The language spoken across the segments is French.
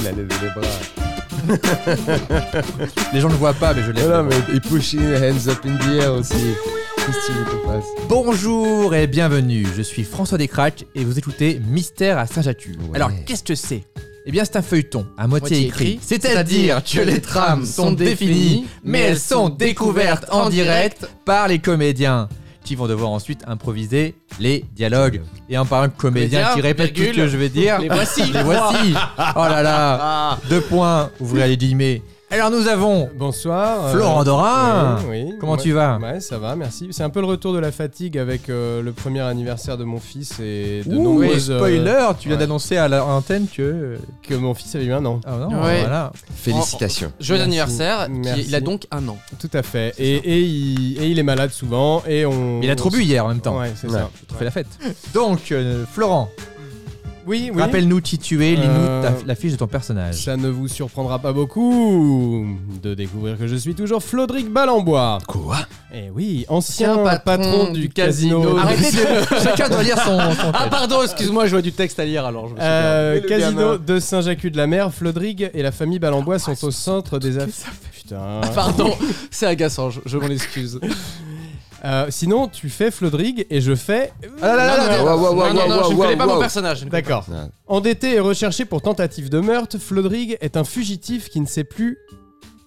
Il a levé les bras. Les gens ne le voient pas, mais je l'ai. Non, non, mais il push your hands up in the air aussi. Qu'est-ce que tu veux qu'on fasse Bonjour et bienvenue, je suis François Descraques et vous écoutez Mystère à Saint-Jatu. Ouais. Alors, qu'est-ce que c'est Eh bien, c'est un feuilleton à moitié, Moitié écrit, écrit, c'est-à-dire que les trames sont définies, mais elles sont découvertes en direct par les comédiens qui vont devoir ensuite improviser les dialogues. Et en parlant de comédiens Comédien, qui répètent tout ce virgule, que je vais dire, les voici. les voici Oh là là Ah, Deux points, ouvrez les guillemets. Alors, nous avons Bonsoir. euh, Florent Dorin oui, oui. Comment Ouais, tu vas Ouais, ça va, merci. C'est un peu le retour de la fatigue avec euh, le premier anniversaire de mon fils et de Ouh, nombreuses. euh, spoiler, tu viens ouais. d'annoncer à la antenne que. euh, que mon fils avait eu un an. Ah non, Ouais. voilà. Félicitations. Joyeux Merci. anniversaire, qui- Merci. il a donc un an. Tout à fait. Et, et il, et il est malade souvent. Et on. Il a trop bu hier en même temps. Ouais, c'est Ouais. ça. On fait la fête. Donc, euh, Florent, Oui, oui. rappelle-nous qui tu es, lis-nous Euh, ta- la fiche de ton personnage. Ça ne vous surprendra pas beaucoup de découvrir que je suis toujours Flodric Ballambois. Quoi Eh oui, ancien Ancien patron, patron du du casino. casino. de- Arrêtez de. Chacun doit lire Euh, son. son Ah texte. pardon, excuse-moi, je vois du texte à lire alors. Je me suis hein. Euh, perdu. casino de Saint-Jacques-de-la-Mer, Flodrig et la famille Ballambois sont au centre des affaires. Putain. Ah, Pardon, c'est agaçant, je, je m'en excuse. Euh, sinon, tu fais Flodrig et je fais. Ah là là là, waouh, non, waouh, non, waouh, non, je ne waouh, connais pas waouh. mon personnage. je ne connais D'accord. Ah. Non. Endetté et recherché pour tentative de meurtre, Flodrig est un fugitif qui ne sait plus.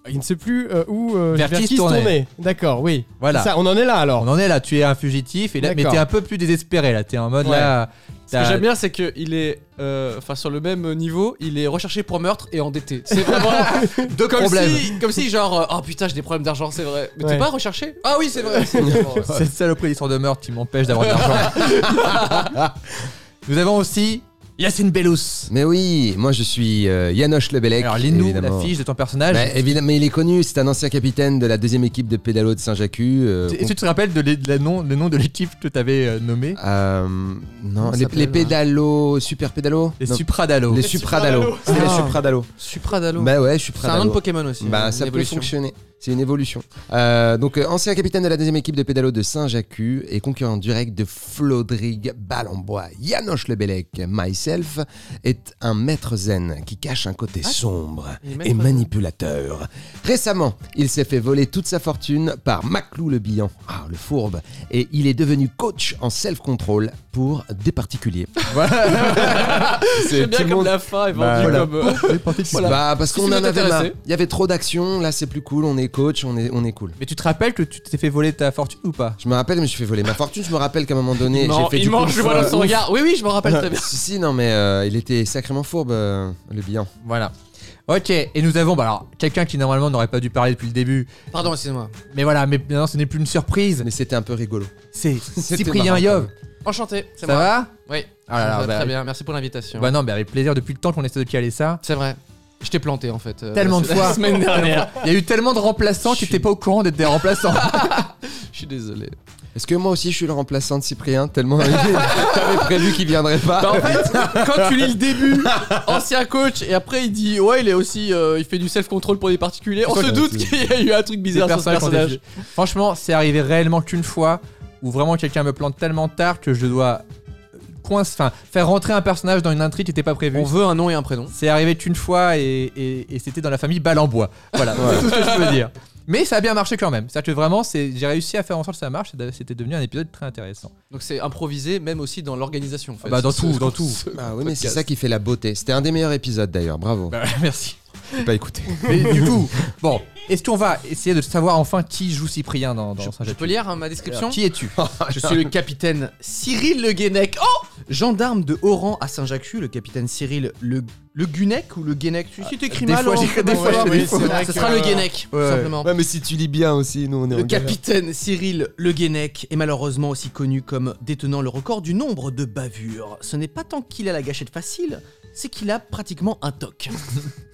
Il ne sait plus euh, où euh, Vers qui se tourner. D'accord, oui. Voilà. Ça, on en est là alors. On en est là, tu es un fugitif, et là, mais D'accord. t'es un peu plus désespéré là, t'es en mode Ouais. là. Ce que t'as- j'aime bien, c'est qu'il est, euh, enfin sur le même niveau, il est recherché pour meurtre et endetté. C'est vraiment deux comme problèmes. si, comme si genre, euh, oh putain, j'ai des problèmes d'argent, c'est vrai. Mais Ouais. t'es pas recherché Ah oui, c'est vrai. c'est vraiment, ouais. Cette saloperie d'histoire de meurtre qui m'empêche d'avoir de l'argent. Nous avons aussi Yacine Bellous. Mais oui, moi je suis euh, Yanoche Lebelec. Alors, lis-nous la évidemment. fiche de ton personnage. Bah, évidemment, mais il est connu, c'est un ancien capitaine de la deuxième équipe de pédalo de Saint-Jacques. euh, Est-ce que tu te rappelles de les- de la nom- le nom de l'équipe que t'avais euh, nommé euh, non, Comment ça les, s'appelle, les là pédalos, super pédalos Les Non, Supradalo. les supradalos. C'était les Ah. supradalos. Supradalo. Bah c'est un nom de ouais, supradalos. Pokémon aussi. hein, Bah une ça peut évolution. fonctionner. C'est une évolution. Euh, donc euh, ancien capitaine de la deuxième équipe de pédalo de Saint-Jacques et concurrent direct de Flodrig Ballambois, Yanoche Lebelec, myself, est un maître zen qui cache un côté sombre Ah. il est et maître zen. manipulateur. Récemment, il s'est fait voler toute sa fortune par Maclou le Bihan, ah le fourbe, et il est devenu coach en self-control pour des particuliers. J'aime bien tout le comme monde- la fin est vendue Bah, voilà. comme. euh, Voilà. Bah parce Si qu'on vous en êtes avait marre. intéressé. Il y avait trop d'action, là c'est plus cool, on est coach, on est, on est cool. Mais tu te rappelles que tu t'es fait voler ta fortune ou pas Je me rappelle, je me suis fait voler ma fortune. Je me rappelle qu'à un moment donné, j'ai Non, fait il du mange, je coup. vois dans son regard. Oui, oui, je me rappelle très bien. Si, si, non, mais euh, il était sacrément fourbe, euh, le bilan. Voilà. Ok, et nous avons, bah alors, quelqu'un qui normalement n'aurait pas dû parler depuis le début, Pardon, excuse-moi. mais voilà, mais maintenant ce n'est plus une surprise, Mais c'était un peu rigolo. c'est C'était Cyprien marrant, Yov. Enchanté, c'est Ça moi. va Oui. Ah là là, Ça va bah- très bien, merci pour l'invitation. Bah non, mais avec plaisir, depuis le temps qu'on essaie de caler ça. c'est vrai. Je t'ai planté en fait. euh, Tellement la- de fois. La semaine dernière. Il y a eu tellement de remplaçants que Je suis- t'étais pas au courant d'être des remplaçants. Je suis désolé. Est-ce que moi aussi je suis le remplaçant de Cyprien Tellement t'avais prévu qu'il viendrait Bah, pas. en fait, quand tu lis le début, ancien coach, et après il dit ouais, il est aussi, euh, il fait du self-control pour les particuliers. On C'est se ça, doute c'est- qu'il y a eu un truc bizarre Des sur ce personnages qu'on personnage. Franchement, c'est arrivé réellement qu'une fois où vraiment quelqu'un me plante tellement tard que je dois euh, coince, enfin, faire rentrer un personnage dans une intrigue qui n'était pas prévue. On veut un nom et un prénom. C'est arrivé qu'une fois et, et- et c'était dans la famille Balambois. Voilà, c'est tout ce que je peux dire. Mais ça a bien marché quand même. C'est-à-dire que vraiment, c'est- j'ai réussi à faire en sorte que ça marche. et C'était devenu un épisode très intéressant. Donc c'est improvisé, même aussi dans l'organisation. en fait. Ah bah, dans Ce- tout, ce- dans tout. ce Bah oui, mais c'est podcast. ça qui fait la beauté. C'était un des meilleurs épisodes d'ailleurs, bravo. Bah, merci. J'ai pas écouté. Mais du coup, bon, est-ce qu'on va essayer de savoir enfin qui joue Cyprien dans, dans Je, Saint-Jacques je peux lire hein, ma description Alors, Qui es-tu Je suis le capitaine Cyril Le Guenec. Oh Gendarme de Oran à Saint-Jacques, le capitaine Cyril Le, le Guenec ou le Guenec Tu sais, t'écris Ah, des mal, fois, hein, j'ai- c'est des bon, fois, ouais, j'ai oui, des c'est fois. vrai que- Ce sera le Guenec, tout euh, Ouais. simplement. Ouais, mais si tu lis bien aussi, nous on est Le en galère. capitaine Cyril Le Guenec est malheureusement aussi connu comme détenant le record du nombre de bavures. Ce n'est pas tant qu'il a la gâchette facile, c'est qu'il a pratiquement un toc.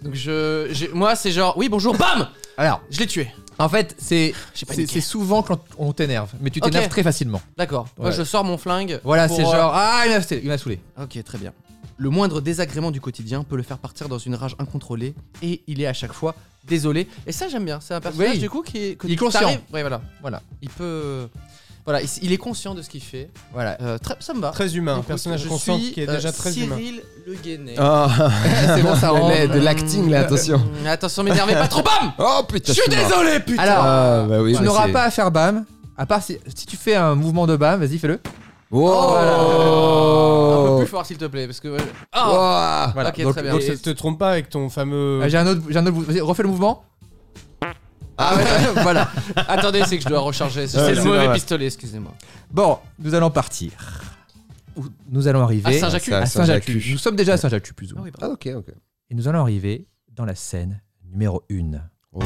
Donc je, j'ai- moi, c'est genre, oui, bonjour, bam Alors, Je l'ai tué. en fait, c'est J'ai c'est- c'est paniqué. souvent quand on t'énerve, mais tu t'énerves Ok. très facilement. D'accord. Moi, Ouais. je sors mon flingue. Voilà, pour, c'est euh, genre ah il m'a saoulé, il m'a saoulé. Ok, très bien. Le moindre désagrément du quotidien peut le faire partir dans une rage incontrôlée et il est à chaque fois désolé. Et ça, j'aime bien. C'est un personnage, Oui. du coup, qui est. que Il est conscient. t'arrives- Ouais, voilà. Voilà. Il peut. Voilà, il, il est conscient de ce qu'il fait. Voilà. Euh, très- ça me va. Très humain, un personnage je conscient suis, qui est euh, déjà très humain. Cyril Le Guenet. Ah, c'est bon, ça rentre. ah, De l'acting, là, attention. Mm, Attention, m'énervez pas trop. Bam Oh putain, Je suis désolé, putain. Alors, Ah, bah oui, tu mais n'auras c'est- pas à faire BAM. À part si, si tu fais un mouvement de BAM, vas-y, fais-le. Oh. Un peu Wow plus fort, s'il te plaît, parce que. ouais. Ah Wow. Voilà. Ok, Donc- très bien. Donc, te trompe pas avec ton fameux. Ah, J'ai un autre, j'ai un autre. Vas-y, refais le mouvement. Ah ouais, voilà. Attendez, c'est que je dois recharger. C'est Ouais, le c'est mauvais vrai. pistolet, excusez-moi. Bon, nous allons partir. Où Nous allons À arriver Saint-Jacques. ça- à Saint-Jacques. Saint-Jacques. Nous sommes déjà à Saint-Jacques, plus ou moins. Ah, ok, ok. Et nous allons arriver dans la scène numéro 1. Oh.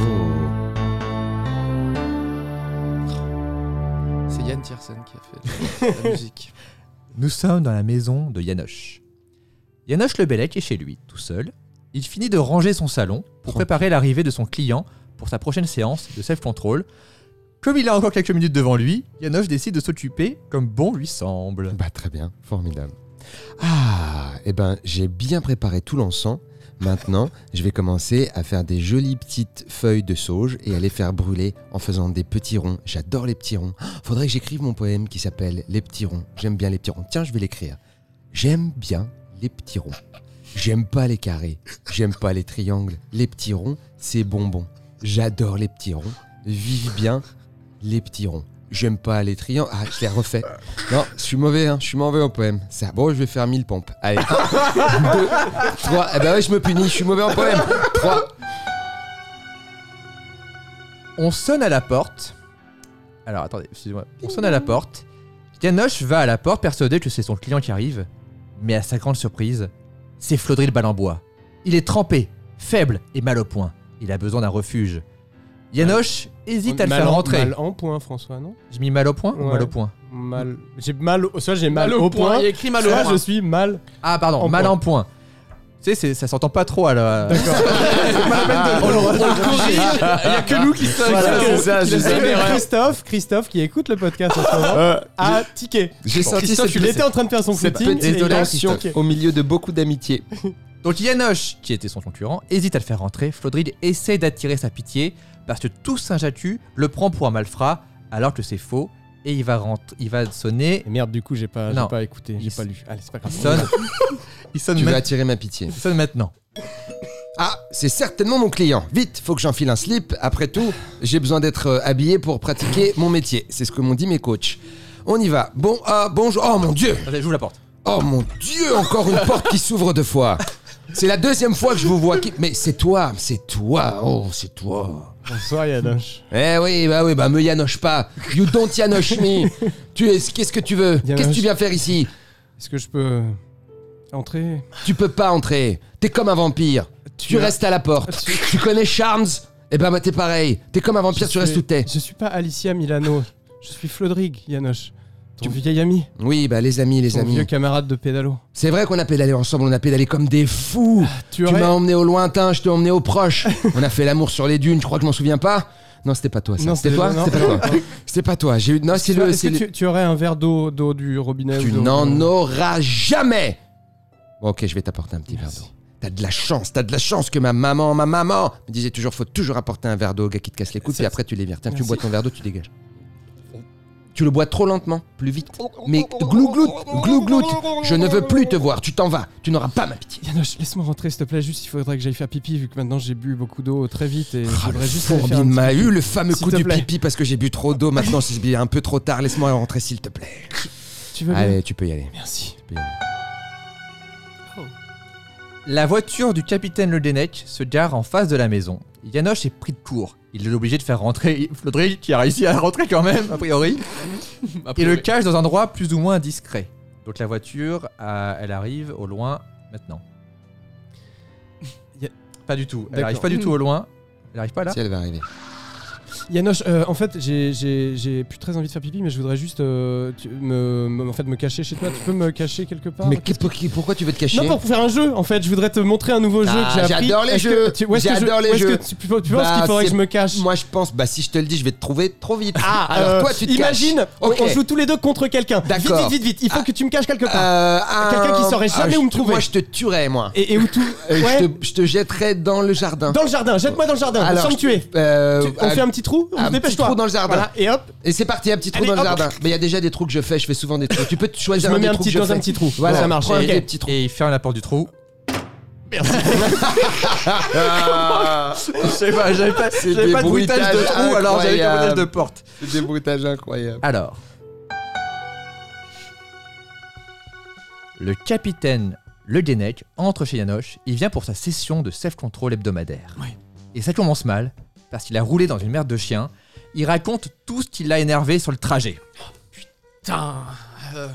C'est Yann Tiersen qui a fait la musique. Nous sommes dans la maison de Yanoche. Yanoche le Bellec est chez lui, tout seul. Il finit de ranger son salon pour préparer l'arrivée de son client pour sa prochaine séance de self-control. Comme il a encore quelques minutes devant lui, Yanoche décide de s'occuper comme bon lui semble. Bah, très bien, formidable. Ah, eh ben, j'ai bien préparé tout l'encens. Maintenant, je vais commencer à faire des jolies petites feuilles de sauge et à les faire brûler en faisant des petits ronds. J'adore les petits ronds. Oh, Faudrait que j'écrive mon poème qui s'appelle Les petits ronds. J'aime bien les petits ronds. Tiens, je vais l'écrire. J'aime bien les petits ronds. J'aime pas les carrés. J'aime pas les triangles. Les petits ronds, c'est bonbon. J'adore les petits ronds. Vive bien les petits ronds. J'aime pas les triangles. Ah, je les refais. Non, je suis mauvais, hein. je suis mauvais en poème. Ça, bon, je vais faire 1000 pompes. Allez. 3. Eh ben ouais, je me punis, je suis mauvais en poème. 3. On sonne à la porte. Alors attendez, excusez-moi. On sonne à la porte. Yanoche va à la porte persuadé que c'est son client qui arrive. Mais à sa grande surprise, c'est Flodry le Balambois. Il est trempé, faible et mal au point. Il a besoin d'un refuge. Yanoche hésite à le Mal faire en- rentrer. Mal en point, François, non J'ai mis mal au point ou Ouais. mal au point Mal. J'ai mal. au- Soit j'ai mal, au point. Il y a écrit mal au soit Ah, point. je suis mal. Ah pardon, En mal point. en point. Tu sais, c'est- ça s'entend pas trop à la... Il y a que nous qui sommes. Voilà, Ah, qui c'est sommes- ça, qui c'est sommes ça. des erreurs. Christophe, Christophe qui écoute le podcast en ce moment, a tiqué. J'ai Bon, senti Christophe, cette il était en train de faire son cette footing. petite et il a tension tiqué. au milieu de beaucoup d'amitié. Donc Yanoche, qui était son concurrent, hésite à le faire rentrer. Flodrid essaie d'attirer sa pitié parce que tout Saint-Jatu le prend pour un malfrat alors que c'est faux et il va, rent- il va sonner. Et merde, du coup, j'ai pas, Non. j'ai pas écouté, j'ai Il- pas lu. Allez, c'est pas Il grave. sonne. il, sonne Tu vas ma- attirer ma pitié. il sonne maintenant. Ah, c'est certainement mon client. Vite, faut que j'enfile un slip. Après tout, j'ai besoin d'être euh, habillé pour pratiquer mon métier. C'est ce que m'ont dit mes coachs. On y va. Bon, ah, bonjour. Oh mon dieu Attends, j'ouvre la porte. Oh mon dieu, encore une porte qui s'ouvre deux fois. C'est la deuxième fois que je vous vois. qui- Mais c'est toi, c'est toi. Oh, c'est toi. Bonsoir Yadoche. Eh oui, bah oui, bah me yanoche pas. You don't yanoche me. tu es, qu'est-ce que tu veux Qu'est-ce que tu viens faire ici Est-ce que je peux entrer Tu peux pas entrer. T'es comme un vampire. Tu, as- restes à la porte. Tu, connais Charms Eh ben bah t'es pareil. T'es comme un vampire, Je tu restes suis- où t'es. Je suis pas Alicia Milano. Je suis Flodrig, Yanoche. Ton Tu- vieil ami, Oui, bah les amis, les ton vieux amis. camarade de pédalo. C'est vrai qu'on a pédalé ensemble, on a pédalé comme des fous. Tu Tu m'as aurais... emmené au lointain, je t'ai emmené au proche. On a fait l'amour sur les dunes, je crois que je m'en souviens pas. Non, c'était pas toi, ça. Non, C'était c'était- toi non. C'était pas toi. C'était pas toi. J'ai eu. Non, c'est Tu vois, le. Est-ce c'est que le- tu, tu aurais un verre d'eau d'eau du robinet Tu ou de- n'en auras jamais Bon, ok, je vais t'apporter un petit Merci. verre d'eau. T'as de la chance, t'as de la chance que ma maman, ma maman me disait toujours, faut toujours apporter un verre d'eau au gars qui te casse les couilles, puis Ça- après tu les vires. Tiens, tu Merci. bois ton verre d'eau, tu dégages. Tu le bois trop lentement, plus vite. Mais glougloute, glougloute, je ne veux plus te voir, tu t'en vas, tu n'auras pas ma pitié. Yanoche, laisse-moi rentrer, s'il te plaît. Juste, il faudrait que j'aille faire pipi, vu que maintenant j'ai bu beaucoup d'eau très vite et je Ah, le voudrais juste aller fourbi faire un petit- m'a eu le fameux S'il coup te du plaît. pipi parce que j'ai bu trop d'eau. Maintenant, c'est un peu trop tard. Laisse-moi rentrer, s'il te plaît. Tu veux bien Allez, tu peux y aller. Merci. La voiture du capitaine Le Denec se gare en face de la maison. Yanoche est pris de court. Il est obligé de faire rentrer Flodrig, qui a réussi à rentrer quand même, a priori, et le cache dans un endroit plus ou moins discret. Donc la voiture, euh, elle arrive au loin maintenant. Y a- Pas du tout. Elle D'accord. arrive pas du tout au loin. Elle arrive pas là. Si elle va arriver. Yanoche, euh, en fait, j'ai- j'ai j'ai plus très envie de faire pipi, mais je voudrais juste euh, tu- me, me- en fait, me cacher chez toi. Tu peux me cacher quelque part Mais qu'est- pour- pourquoi tu veux te cacher Non, pour faire un jeu, en fait. Je voudrais te montrer un nouveau jeu Ah, que j'ai appris. j'adore les Est-ce que jeux. tu- où est-ce que je- J'adore les où est-ce jeux. que tu, tu penses tu penses Bah, qu'il faudrait que c'est- je me cache Moi, je pense, bah si je te le dis, je vais te trouver trop vite. Ah, Euh, alors toi, tu te Imagine, caches. on- Ok. on joue tous les deux contre quelqu'un. Vite, D'accord. Ah. vite, vite, vite. Il faut que tu me caches quelque part. Euh, Quelqu'un qui un- saurait jamais Ah, où me je te- trouver. Moi, je te tuerais, moi. Et, et où tout Euh, Ouais. je, te, je te jetterais dans le jardin. Dans le jardin. Jette-moi dans le jardin. Hein. Alors, sans me je- tuer. Euh, Tu- on à- fait un petit trou, on Un se dépêche petit toi. trou dans le jardin. Voilà, et hop, Et c'est parti, un petit trou Allez, dans le hop. jardin. Mais il y a déjà des trous que je fais, je fais souvent des trous. Tu peux te je choisir me un mets des un trous petit, que je dans un fais. petit trou. Voilà, ça marche. prends un Ok. des petits trous. Et il ferme la porte du trou. Ah, Je sais pas, j'avais pas, C'est j'avais des pas de bruitage de bruitages trou, alors j'avais qu'un incroyables. bruitage de porte. c'est des bruitages incroyables. Alors. Le capitaine Le Guenec entre chez Yanoche. Il vient pour sa session de self-control hebdomadaire. Oui. Et ça commence mal, parce qu'il a roulé dans une merde de chien. Il raconte tout ce qui l'a énervé sur le trajet. Putain. euh,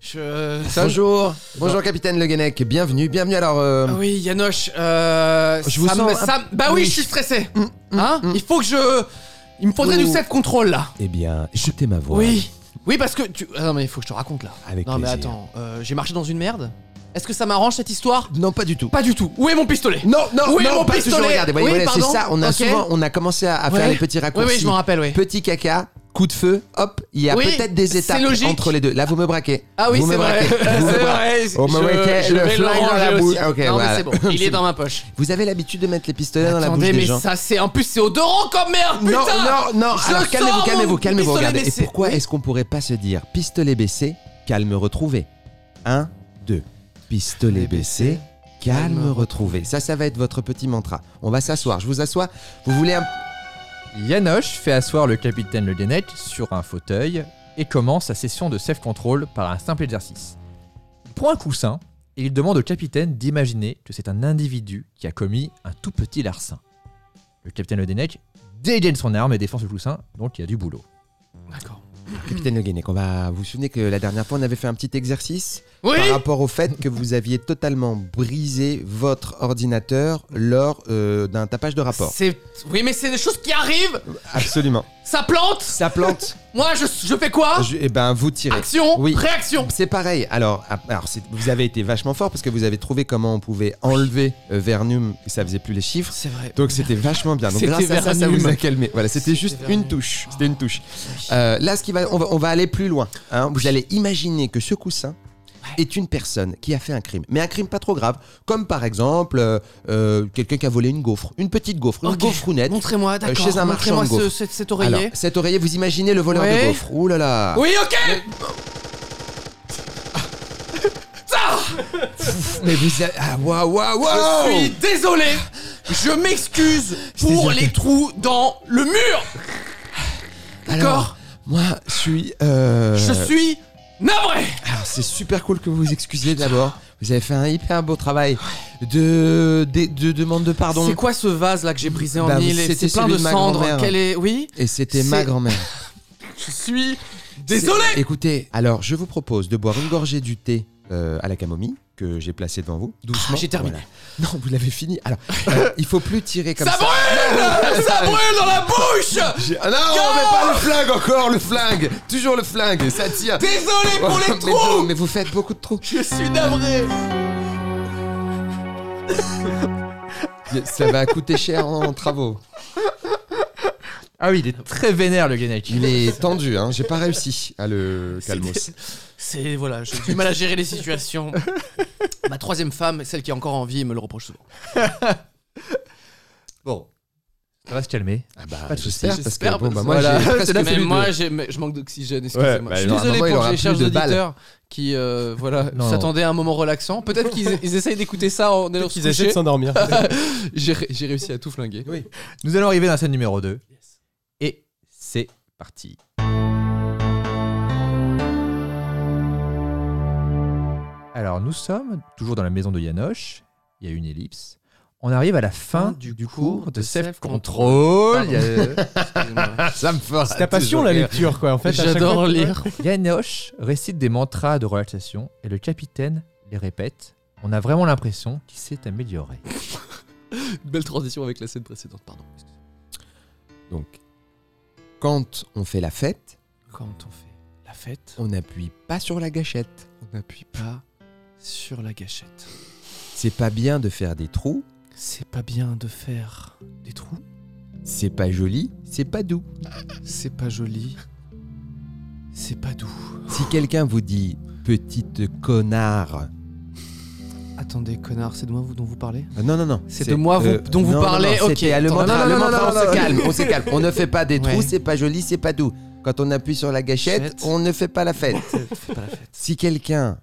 je. Bonjour, bonjour capitaine Le Guenec, bienvenue, bienvenue alors. euh, Ah Oui, Yanoche, euh, Je vous ça sens me- un- Mm, ça- Bah oui, oui. je suis stressé. hein Il faut que je. Il me faudrait du Ouh. self-control là. Oh. Eh bien, écoutez ma voix. Oui. Oui, parce que tu. Ah, non, mais il faut que je te raconte là. Avec non, mais plaisir. attends, euh, j'ai marché dans une merde. Est-ce que ça m'arrange cette histoire Non, pas du tout. Pas du tout. Où est mon pistolet Non, non, Oui, non, mon pas pistolet. toujours, regardez, voyez, Oui, voilà, c'est pardon. ça, on a Ok. souvent, on a commencé à, à faire Ouais. les petits Oui, raccourcis. oui, je m'en rappelle, oui. Petit caca, coup de feu, hop, il y a Oui, peut-être des c'est étapes logique. entre les deux. Là, vous me braquez. Ah oui, Vous me c'est vrai. braquez. Oh, c'est Vous me vrai. Au moment je- où il y a je le vais flingue dans ranger la aussi. bouche. Ok, non, voilà. mais c'est bon. Il est dans ma poche. Vous avez l'habitude de mettre les pistolets dans la bouche Attendez, des mais gens. ça, c'est. En plus, c'est odorant comme merde. Putain. non, non, non, Je alors sors calmez-vous, mon calmez-vous, calmez-vous, pistolet regardez. Et baissé. pourquoi Oui. est-ce qu'on pourrait pas se dire pistolet baissé, calme retrouvé 1, 2. Pistolet Pistolet baissé, baissé, calme calme retrouvé. Ça, ça va être votre petit mantra. On va s'asseoir, je vous assois. Vous voulez un. Yanoche fait asseoir le capitaine Le Guenec sur un fauteuil et commence sa session de self-control par un simple exercice. Il prend un coussin et il demande au capitaine d'imaginer que c'est un individu qui a commis un tout petit larcin. Le capitaine Le Guenec dégaine son arme et défend ce coussin, donc il y a du boulot. D'accord. Capitaine Le Guenec, on va. Vous vous souvenez que la dernière fois, on avait fait un petit exercice Oui. par rapport au fait que vous aviez totalement brisé votre ordinateur lors euh, d'un tapage de rapport. C'est. Oui, mais c'est des choses qui arrivent. Absolument. Ça plante. Ça plante. Moi, je, je fais quoi je- Eh ben, vous tirez. Action, Oui. réaction. C'est pareil. Alors, ap- alors c'est- vous avez été vachement fort parce que vous avez trouvé comment on pouvait enlever euh, Vernum et ça faisait plus les chiffres. C'est vrai. Donc c'était vachement bien. Donc C'était grâce à ça, ça Vernum. vous a calmé. Voilà, c'était C'était juste Vernum. une touche. C'était une touche. Euh, là, ce qui va, on va, on va aller plus loin. hein. Vous allez imaginer que ce coussin est une personne qui a fait un crime, mais un crime pas trop grave, comme par exemple euh, euh, quelqu'un qui a volé une gaufre, une petite gaufre, une Ok. gaufrette. Montrez-moi, d'accord. chez un marchand Montrez-moi de gaufres. ce- cet, cet Alors, oreiller. cet oreiller, vous imaginez le voleur de Ouais. gaufres. Ouh là là. oui, ok. Mais vous, avez- ah, waouh, waouh, waouh. Je suis désolé. Je m'excuse pour les trous dans le mur. Euh. Alors, D'accord. moi, je suis. euh, Je suis navré. Alors, c'est super cool que vous vous excusiez d'abord. Vous avez fait un hyper beau travail de, de, de demande de pardon. C'est quoi ce vase là que j'ai brisé en Bah, mille et c'était C'est plein celui de de ma cendres. grand-mère. Quelle est Oui. Et c'était ma C'est- grand-mère. Je suis désolé. C'est- bah, Écoutez, alors je vous propose de boire une gorgée du thé euh, à la camomille que j'ai placé devant vous. Ah, Doucement. j'ai terminé. Voilà. Non, vous l'avez fini. Alors, euh, il faut plus tirer comme Ça ça. brûle. ça brûle dans la bouche. J'ai- Ah non, mais pas le flingue encore, le flingue. Toujours le flingue, ça tire. Désolé pour les Mais trous. non, mais vous faites beaucoup de trous. Je suis navré. Ça va coûter cher en travaux. Ah oui, il est très vénère le Guenec. Il est tendu, hein. J'ai pas réussi à le calmos. C'est voilà, j'ai du mal à gérer les situations. Ma troisième femme, celle qui est encore en vie, me le reproche souvent. Bon. Ça va se calmer. Ah bah, Pas de soucis, j'espère, parce que j'espère, bon, bah, parce moi, que- j'ai Voilà, presque c'est la plus Même de- moi, j'ai- mais je manque d'oxygène, excusez-moi. bah, je suis alors, à un désolé moment, il pour aura les plus chers de balles. auditeurs qui euh, voilà, Non, s'attendaient à un moment relaxant. Peut-être qu'ils ils essayent d'écouter ça en allant se Qu'ils essaient de coucher. s'endormir. J'ai ré- j'ai réussi à tout flinguer. Nous allons arriver dans la scène numéro 2. Et c'est parti. Alors nous sommes toujours dans la maison de Yanoche. Il y a une ellipse. On arrive à la fin Fin du, cours de self-control. self-control. Il y a- euh, Excusez-moi. Ça me fera C'est ta passion la lecture quoi. En fait, à chaque J'adore fois- lire. Yanoche récite des mantras de relaxation et le capitaine les répète. On a vraiment l'impression qu'il s'est amélioré. Belle transition avec la scène précédente, pardon. Donc, quand on fait la fête, Quand on fait la fête, on n'appuie pas sur la gâchette. on n'appuie pas sur la gâchette. C'est pas bien de faire des trous, C'est pas bien de faire des trous. c'est pas joli, c'est pas doux. C'est pas joli. C'est pas doux. Si quelqu'un vous dit petite connard, Attendez, connard, c'est de moi vous- dont vous parlez Euh, Non, non, non. C'est de moi vous- dont vous non, non, parlez, non, ok. c'était Le Attends, mantra, non, non, le non, mantra, non, on non, se non. calme, on se calme. On ne fait pas des trous, Ouais. c'est pas joli, c'est pas doux. Quand on appuie sur la gâchette, Gâchette. on ne fait pas la fête. si quelqu'un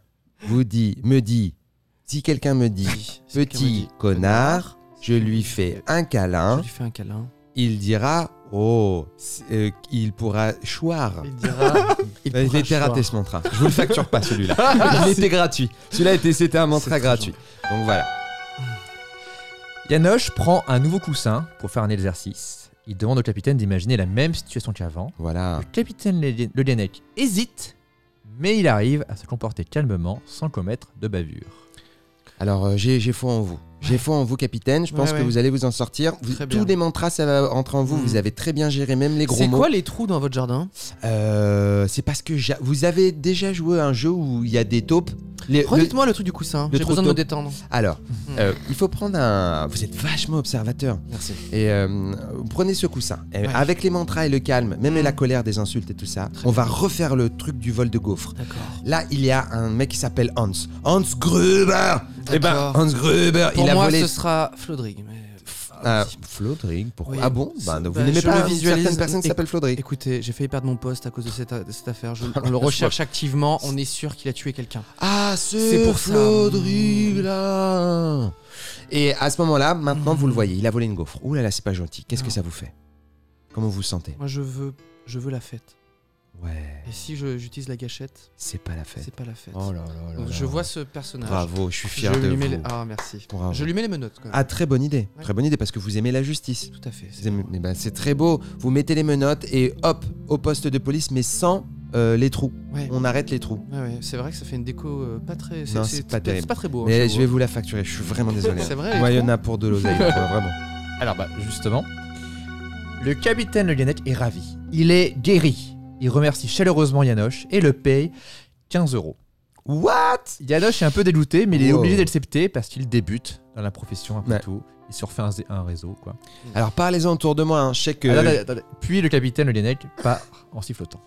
vous dit, me dit, si quelqu'un me dit, petit connard, je lui fais un Je câlin, lui fais un câlin. il dira, oh, c'est- euh, il pourra choir. Il dira. il Bah, Il pourra était choir. Ah, raté ce mantra. Je vous le facture pas celui-là. Il était gratuit. Celui-là était, c'était un mantra gratuit. Donc voilà. Yanoche prend un nouveau coussin pour faire un exercice. Il demande au capitaine d'imaginer la même situation qu'avant. Voilà. Le capitaine Le- Le Guenec hésite, mais il arrive à se comporter calmement sans commettre de bavure. Alors euh, j'ai j'ai foi en vous. J'ai foi en vous, capitaine. Je pense Ouais, que ouais. vous allez vous en sortir. Vous- Très bien. tous les mantras, ça va rentrer en vous. Mm. Vous avez très bien géré, même les gros C'est mots. quoi les trous dans votre jardin Euh, C'est parce que j'a- vous avez déjà joué à un jeu où il y a des taupes. Les- le- Redites-moi le truc du coussin. le J'ai besoin de trou- me détendre. Alors, Mm. euh, il faut prendre un. Vous êtes vachement observateur. Merci. Et euh, vous prenez ce coussin. Et Ouais. Avec les mantras et le calme, même Mm. la colère des insultes et tout ça, on va refaire le truc du vol de gaufre. D'accord. Là, il y a un mec qui s'appelle Hans. Hans Gruber Eh ben, D'accord. Hans Gruber, Pour il moi, a volé. ce sera Flodrig. mais- Ah, Ah, si. Flodrig, pourquoi Oui. Ah bon Bah, C'est- Vous bah, n'aimez je pas le certaines visualise. personnes qui Et- s'appellent Flodrig Écoutez, j'ai failli perdre mon poste à cause de cette, de cette affaire. Je, on la le recherche activement. On est sûr qu'il a tué quelqu'un. Ah, C'est c'est pour ça. Flodrig là Et à ce moment-là, maintenant, Mm. vous le voyez, il a volé une gaufre. Ouh là là, c'est pas gentil. Qu'est-ce Ah. que ça vous fait Comment vous vous sentez Moi, je veux, je veux la fête. Ouais, Et si je- j'utilise la gâchette, c'est pas la fête. c'est pas la fête. Oh là là là Donc, là. je vois ce personnage. Bravo, je suis fier Ah, je de lui vous. mets les- Ah, merci. Bravo. Je lui mets les menottes quand même. Ah, très bonne idée. Ouais. Très bonne idée parce que vous aimez la justice. Tout à fait. Vous aimez- eh ben, C'est très beau. Vous mettez les menottes et hop, au poste de police, mais sans euh, les trous. Ouais. On arrête les trous. Ouais, ouais, c'est vrai que ça fait une déco euh, pas très. Non, c'est pas terrible. très beau. hein, Mais j'avoue. je vais vous la facturer, je suis vraiment désolé. C'est vrai, les Ouais, il y en trous a pour de l'oseille, ouais, vraiment. Alors bah justement, le capitaine Le Guenec est ravi. Il est guéri. Il remercie chaleureusement Yanoche et le paye 15 euros. What Yanoche est un peu dégoûté, mais il est Wow. obligé d'accepter parce qu'il débute dans la profession après Ouais. tout. Il se refait un, zé- un réseau quoi. Alors parlez-en autour de moi, hein. je sais que. Ah, Attendez, attendez. Puis le capitaine Le Guenec part en sifflotant.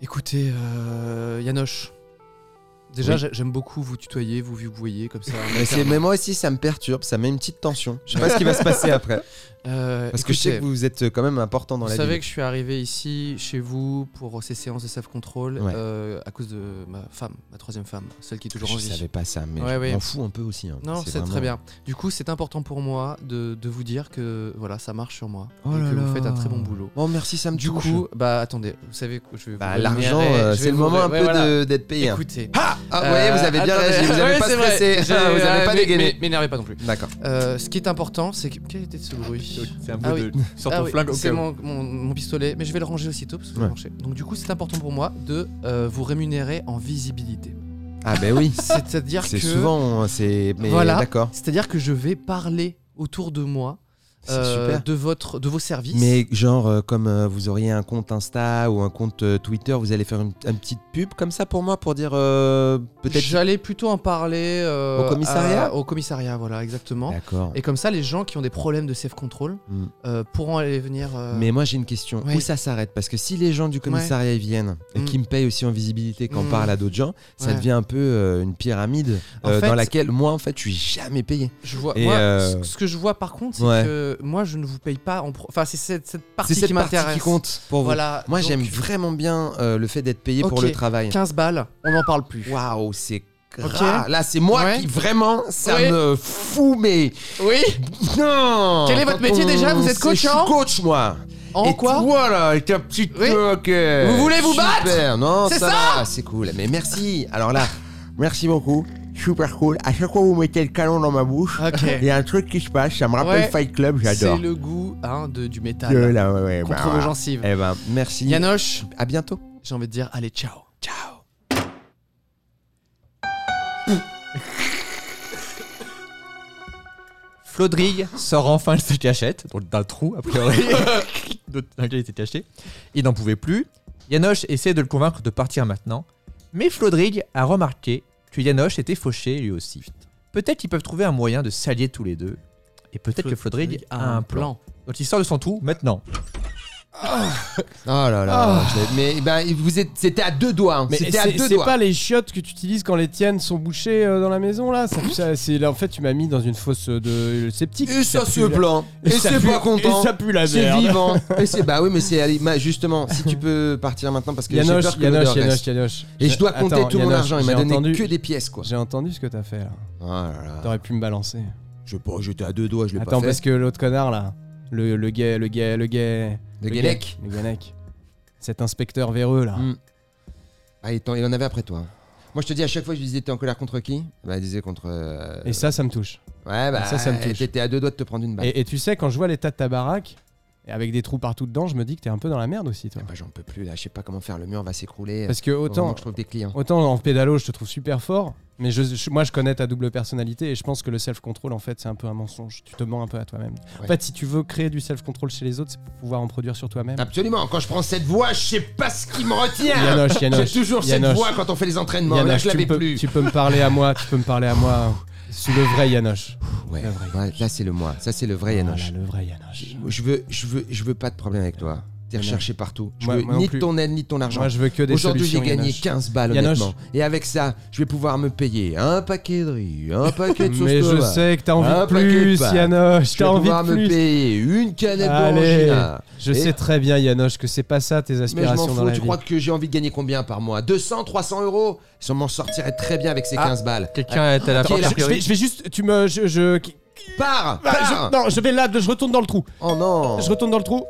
Écoutez, euh, Yanoche. Déjà, Oui. j'ai- j'aime beaucoup vous tutoyer, vous vous voyez comme ça. Mais, c'est- mais moi aussi, ça me perturbe, ça met une petite tension. Je sais pas ce qui va se passer après. Euh, Parce que je sais que écoutez, vous êtes quand même important dans vous la savez vie. que je suis arrivé ici chez vous pour ces séances de self-control Ouais. euh, à cause de ma femme, ma troisième femme, celle qui est toujours en Je vie. savais pas ça, mais Ouais, je ouais. m'en fous un peu aussi. hein. Non, c'est vraiment- très bien. Du coup, c'est important pour moi de, de vous dire que voilà, ça marche sur moi Oh et là que vous là. faites un très bon boulot. Bon, merci, ça me Du touche. coup, bah attendez, vous savez que je vais Bah, vous l'argent, rémunérer, euh, je vais c'est le vous moment ré- un peu ouais, voilà. euh, de- d'être payé. hein. Écoutez, Ah, ah, vous voyez, vous avez bien réagi, vous avez pas stressé, Ah, vous euh, avez pas dégainé. M'énervez pas non plus. D'accord. Euh, ce qui est important, c'est que quel était ce bruit C'est un peu Ah oui. sur Ah oui, c'est mon, mon- mon pistolet, mais je vais le ranger aussitôt parce que ça Ouais. va marcher. Donc du coup, c'est important pour moi de euh, vous rémunérer en visibilité. Ah, ben oui. C'est-à-dire que C'est souvent, hein, c'est. Mais Voilà. d'accord. c'est-à-dire que je vais parler autour de moi C'est euh, super. de votre de vos services. Mais genre, euh, comme euh, vous auriez un compte Insta ou un compte euh, Twitter, vous allez faire une, une petite pub comme ça pour moi pour dire euh, peut-être. J'allais plutôt en parler euh, Au commissariat à- au commissariat, voilà, exactement. D'accord. Et comme ça, les gens qui ont des problèmes de safe control Mm. euh, pourront aller venir. euh, Mais moi j'ai une question. oui. Où ça s'arrête Parce que si les gens du commissariat y viennent et Mm. qui me payent aussi en visibilité quand Mm. parle à d'autres gens, ça Ouais. devient un peu euh, une pyramide En euh, fait- dans laquelle moi en fait je suis jamais payé. Je vois. Et, moi, euh, ce- ce que je vois par contre, c'est ouais. que moi, je ne vous paye pas en. pro- Enfin, c'est cette, cette C'est partie cette qui partie m'intéresse. qui compte pour vous. Voilà. Moi donc, j'aime vraiment bien euh, le fait d'être payé pour Ok. le travail. 15 balles, on n'en parle plus. Waouh, c'est gras. Là c'est moi Ouais. qui vraiment ça Ouais. me fout mais Oui. non. Quel est votre Quand métier on- déjà Vous êtes coach, Je suis hein coach moi. En Et quoi toi là, avec ta petite Oui. coque, Vous voulez vous battre euh, Super, non, C'est ça, va, c'est cool. Mais merci. Alors là, merci beaucoup. Super cool. À chaque fois que vous mettez le canon dans ma bouche, il Ok. y a un truc qui se passe. Ça me rappelle Ouais. Fight Club, C'est j'adore. le goût hein, de, du métal De la- ouais, ouais, bah, contre voilà. vos gencives. Eh ben, merci. Yanoche, À bientôt. j'ai envie de dire, allez, ciao. Ciao. Flodrig sort enfin de sa cachette, donc d'un trou a priori, de- dans lequel il était caché. Il n'en pouvait plus. Yanoche essaie de le convaincre de partir maintenant, mais Flodrig a remarqué que Yanoche était fauché lui aussi. Peut-être qu'ils peuvent trouver un moyen de s'allier tous les deux, et peut-être que Flodrig a un plan. Donc il sort de son trou maintenant. Oh là là. je l'ai- Mais ben, vous êtes, c'était à deux doigts. hein. Mais C'était à c'est deux c'est doigts. pas les chiottes que tu utilises quand les tiennes sont bouchées euh, dans la maison là. Ça, ça- c'est là en fait tu m'as mis dans une fosse de euh, septique. Et ça pue se la- plaint. Et, ça c'est pue- pas content. Et ça pue la C'est merde. vivant. Et c'est bah oui, mais c'est allez, ma- justement. Si tu peux partir maintenant parce que j'ai Yanoche, peur que Yanoche, l'odeur Yanoche, reste. Yanoche. Et je dois compter Attends, tout mon Yanoche, argent. Il m'a j'ai donné entendu- que des pièces quoi. J'ai entendu ce que t'as fait là. Oh là là. T'aurais pu me balancer. Je sais pas, j'étais à deux doigts, je l'ai pas Attends, fait. parce que l'autre connard là, le, le gay, le gay, le gay. Le Guélec. Le Guélec. Cet inspecteur véreux là. Hmm. Ah, il t'en- il en avait après toi. Moi, je te dis, à chaque fois, je lui disais, t'es en colère contre qui Bah, il disait contre. euh, Et ça, ça me touche. Ouais, bah, ça, ça me touche. T'étais à deux doigts de te prendre une balle. Et, et tu sais, quand je vois l'état de ta baraque, et avec des trous partout dedans, je me dis que t'es un peu dans la merde aussi, toi. Ah bah, j'en peux plus, là, je sais pas comment faire, le mur va s'écrouler. Parce que Faut vraiment autant, que je trouve des clients. autant en pédalo, je te trouve super fort, mais je, je- moi, je connais ta double personnalité et je pense que le self-control, en fait, c'est un peu un mensonge. Tu te mens un peu à toi-même. En Ouais. fait, si tu veux créer du self-control chez les autres, c'est pour pouvoir en produire sur toi-même. Absolument, quand je prends cette voix, je sais pas ce qui me retient Yanoche, Yanoche. J'ai toujours cette Yanoche. voix quand on fait les entraînements, mais là, Yanoche, je l'avais tu, peux, plus. tu peux me parler à moi, tu peux me parler à moi. C'est le vrai Yanoche. Ouais, Le vrai. ouais, là, c'est le moi, ça, c'est le vrai Yanoche. Voilà, le vrai Yanoche. Je veux, je, veux, je veux pas de problème avec toi. T'es Oh Yanoche. recherché partout. Je Moi- veux moi non ni plus. ton aide, ni ton argent. Moi, je veux que des Aujourd'hui, solutions. j'ai gagné Yanoche. 15 balles, Yanoche. honnêtement. Et avec ça, je vais pouvoir me payer un paquet de riz, un paquet de sauce Mais je tomate. sais que t'as envie Un de paquet de plus, pâtes. Yanoche. Je vais T'as envie pouvoir de me plus. payer une canette Allez. d'orangina. Je Et- sais très bien, Yanoche, que c'est pas ça tes Mais je aspirations m'en dans fous, la tu vie. crois que j'ai envie de gagner combien par mois 200, 300 euros Je m'en sortirais très bien avec ces Ah. 15 balles. Quelqu'un est à la Attends, porte, je- je, a je vais, priori. je vais juste, tu me, je, je- qui- Ah, Pars, pars je- non, je vais là, je retourne dans le trou. Oh non Je retourne dans le trou.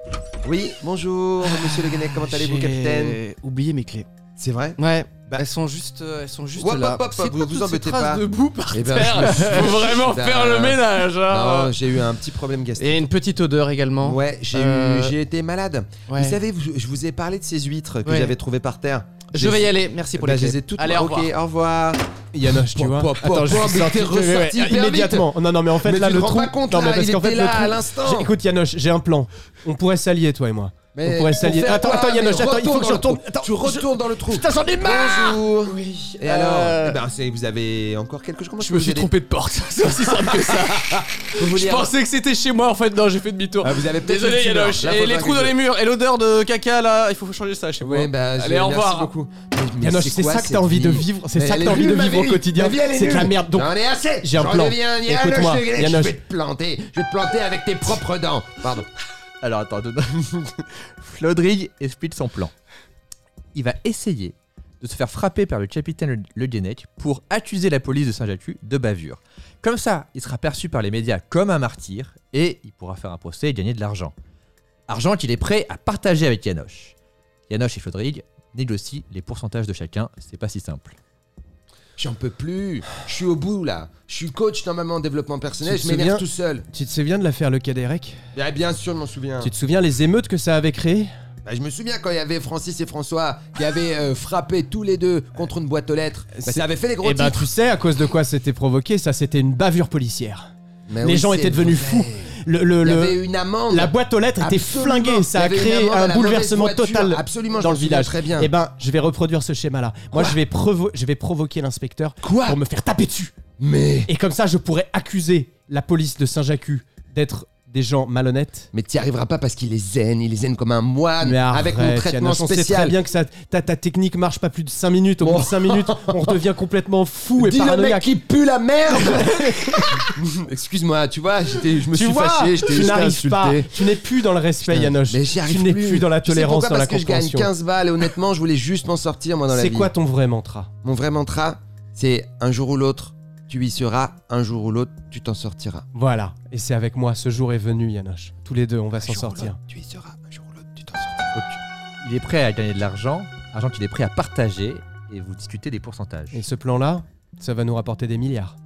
Oui, bonjour, monsieur Le Guenec, comment allez-vous, J'ai capitaine oublié mes clés. C'est vrai Ouais, elles sont juste, euh, elles sont juste Hop, hop, là. hop, hop, C'est vous- pas vous toutes ces embêtez traces pas. de boue par Eh ben, terre. je me suis- Faut vraiment Putain. faire le ménage. hein. Non, j'ai eu un petit problème gastrique. Et une petite odeur également. Ouais, j'ai eu- Euh, j'ai été malade. Ouais. Vous savez, vous- je vous ai parlé de ces huîtres que Ouais. j'avais trouvées par terre. Je vais y aller. Merci pour Bah, les je clés. les ai toutes. Allez, au ok, revoir. au revoir. Yanoche, tu Pop, vois. pop, pop, Attends, je pop, suis mais sorti t'es ouais, ouais, ressorti hyper immédiatement. Non, non, mais en fait Mais là tu le te rends trou. pas compte, non, là, mais parce il qu'en fait était là à le trou. l'instant. J'ai- Écoute, Yanoche, j'ai un plan. On pourrait s'allier, toi et moi. Mais On pourrait s'allier. faire Attends, quoi Ah, attends, Mais Yanoche, attends, il faut que je dans le trou. retourne. Attends, tu retournes dans le trou. Putain, j'en ai marre. Bonjour. Oui. Et euh, alors Eh ben, c'est- vous avez encore quelque chose Comment Je peux me vous suis aider trompé de porte, c'est aussi simple que ça. Vous voulez Je avoir- pensais que c'était chez moi en fait, non, j'ai fait demi-tour. Ah, vous avez peut-être Désolé une tumeur. Yanoche, Là, faut et les faire trous dans quelque les murs, et l'odeur de caca là, il faut changer ça chez moi. Ouais, bah, je- Allez, au merci revoir. beaucoup. Mais- mais Yanoche, c'est quoi ça que cette t'as envie de vie vivre. C'est Mais ça elle que t'as est envie de nulle, ma vivre au vie. quotidien. Ma vie, elle est C'est de la nulle. Hein merde. Donc, J'en ai assez. j'ai un J'en plan. deviens Yanoche, Écoute-moi, je vais- Yanoche. Je vais te planter. Je vais te planter avec tes propres dents. Pardon. Alors attends, Dodon. Flodrig explique son plan. Il va essayer de se faire frapper par le capitaine Le Guenec pour accuser la police de Saint-Jacques de bavure. Comme ça, il sera perçu par les médias comme un martyr et il pourra faire un procès et gagner de l'argent. Argent qu'il est prêt à partager avec Yanoche. Yanoche et Flodrig négocient les pourcentages de chacun, c'est pas si simple. J'en peux plus. Je suis au bout là. Je suis coach normalement en développement personnel. Tu te Je m'énerve souviens tout seul. Tu te souviens de l'affaire Le Cadérec Eh bien sûr, je m'en souviens. Tu te souviens les émeutes que ça avait créées Bah, je me souviens quand il y avait Francis et François qui avaient euh, frappé tous les deux contre une boîte aux lettres. Bah, C'est- ça avait fait les gros Eh ben, titres. tu sais à cause de quoi c'était provoqué Ça, c'était une bavure policière. Mais les oui, gens c'est étaient devenus vrai. fous. Le, le- Il y le- avait une amende. la boîte aux lettres était Absolument. flinguée. Ça Il y a avait une créé amende à un la bouleversement mauvaise voiture. total Absolument, je dans m'en le village. souviens très bien. Eh ben, je vais reproduire ce schéma-là. Moi, je vais, provo- je vais provoquer l'inspecteur Quoi pour me faire taper dessus. Mais. Et comme ça, je pourrais accuser la police de Saint-Jacques d'être des gens malhonnêtes. Mais t'y arriveras pas parce qu'il les haine, il les haine comme un moine, Mais avec mon arrête, traitement Yannoche, on sait très spécial. bien que ça, ta, ta technique marche pas plus de 5 minutes. Au bout de 5 minutes, on redevient complètement fou et Dis le mec paranoïaque. qui pue la merde Excuse-moi, tu vois, j'étais- je me tu suis vois, fâché, j'étais tu j'étais n'arrives insulté. pas, tu n'es plus dans le respect, Putain, Yanoche. Mais j'y arrive Tu n'es plus dans la Tu sais tolérance, pourquoi dans la Parce que je gagne compréhension. 15 balles et honnêtement, je voulais juste m'en sortir moi dans la vie. C'est quoi ton vrai mantra Mon vrai mantra, c'est un jour ou l'autre, tu y seras, un jour ou l'autre, tu t'en sortiras. Voilà. Et c'est avec moi, ce jour est venu, Yanoche. Tous les deux, on Ah, va s'en sortir. Tu y seras, un jour ou l'autre, tu t'en sortiras. Donc, il est prêt à gagner de l'argent, argent qu'il est prêt à partager et vous discutez des pourcentages. Et ce plan-là, ça va nous rapporter des milliards.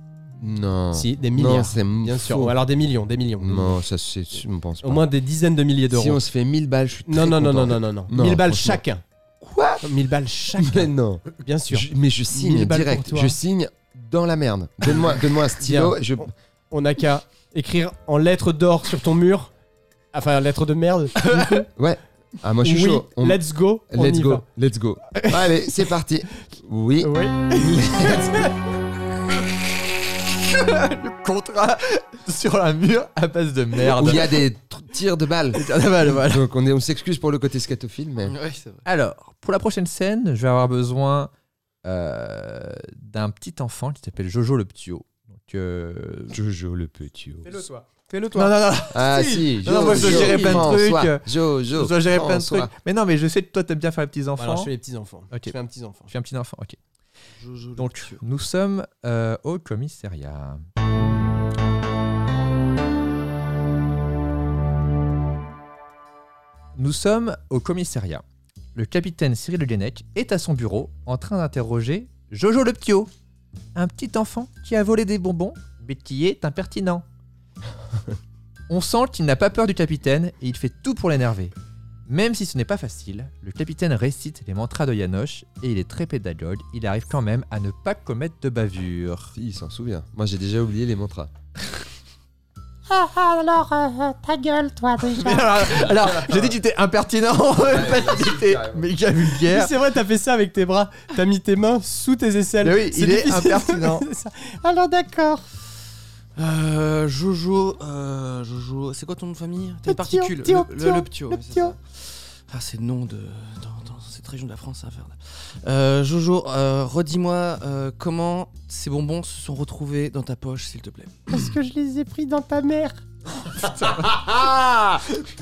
Non. Si, des Ah. non, milliards. c'est Bien sûr. faux. Ou alors des millions, des millions. Non, ça c'est, je ne pense pas. Au moins des dizaines de milliers d'euros. si on se fait 1000 balles, je suis Non, très non, non, non, content. non, non, non. Non, 1000 balles franchement. chacun. Quoi 1000 balles chacun, Mais non. bien sûr. Je- mais je signe Mille balles direct. pour toi. Je signe dans la merde. Donne-moi, donne-moi un stylo. Bien. Je... On n'a qu'à écrire en lettres d'or sur ton mur. Enfin, lettres de merde. Ah moi je suis oui, chaud. On- let's go. on Let's y go. va. Let's go. Allez, c'est parti. Oui. Oui. Let's go. le contrat sur un mur à base de merde. Où il y a des tr- tirs de balles. Ah, bah, voilà. Donc on est- on s'excuse pour le côté scatophile, mais Ouais, c'est vrai. Alors, pour la prochaine scène, je vais avoir besoin euh, d'un petit enfant qui s'appelle Jojo le Ptio. Donc, euh, Jojo le petit. Fais-le toi. Fais-le Non, toi. non, non, Ah Si. si. Non, non, moi, je Jojo, gérais plein de François, trucs. Jojo. je gérer plein de François. trucs. Mais non, mais je sais que toi, t'aimes bien faire les petits enfants. Alors, je fais les petits enfants. Ok. Je fais un petit enfant. Je suis un petit enfant, ok. Donc, nous sommes euh, au commissariat. Nous sommes au commissariat. Le capitaine Cyril Le Guenec est à son bureau en train d'interroger Jojo le Ptio, un petit enfant qui a volé des bonbons, mais qui est impertinent. On sent qu'il n'a pas peur du capitaine et il fait tout pour l'énerver. Même si ce n'est pas facile, le capitaine récite les mantras de Yanoche et il est très pédagogue, il arrive quand même à ne pas commettre de bavure. Si, Il s'en souvient. Moi j'ai déjà oublié les mantras. Ah, ah, alors, euh, euh, ta gueule, toi, déjà. Alors, alors, j'ai dit que tu étais impertinent, pas que tu étais carrément. méga Oui, vulgaire. c'est vrai, t'as fait ça avec tes bras. T'as mis tes mains sous tes aisselles. Mais oui, C'est il est difficile. impertinent. Ça. Alors d'accord. Euh, Jojo, euh, Jojo, c'est quoi ton nom de famille T'as une Ptio, particule. Ptio, le, Ptio, Ptio, le ouais, c'est ça. Ah, c'est le nom de. Dans, dans cette région de la France, c'est infernal. Euh, Jojo, euh, redis-moi euh, comment ces bonbons se sont retrouvés dans ta poche, s'il te plaît. Parce que je les ai pris dans ta mère. Ah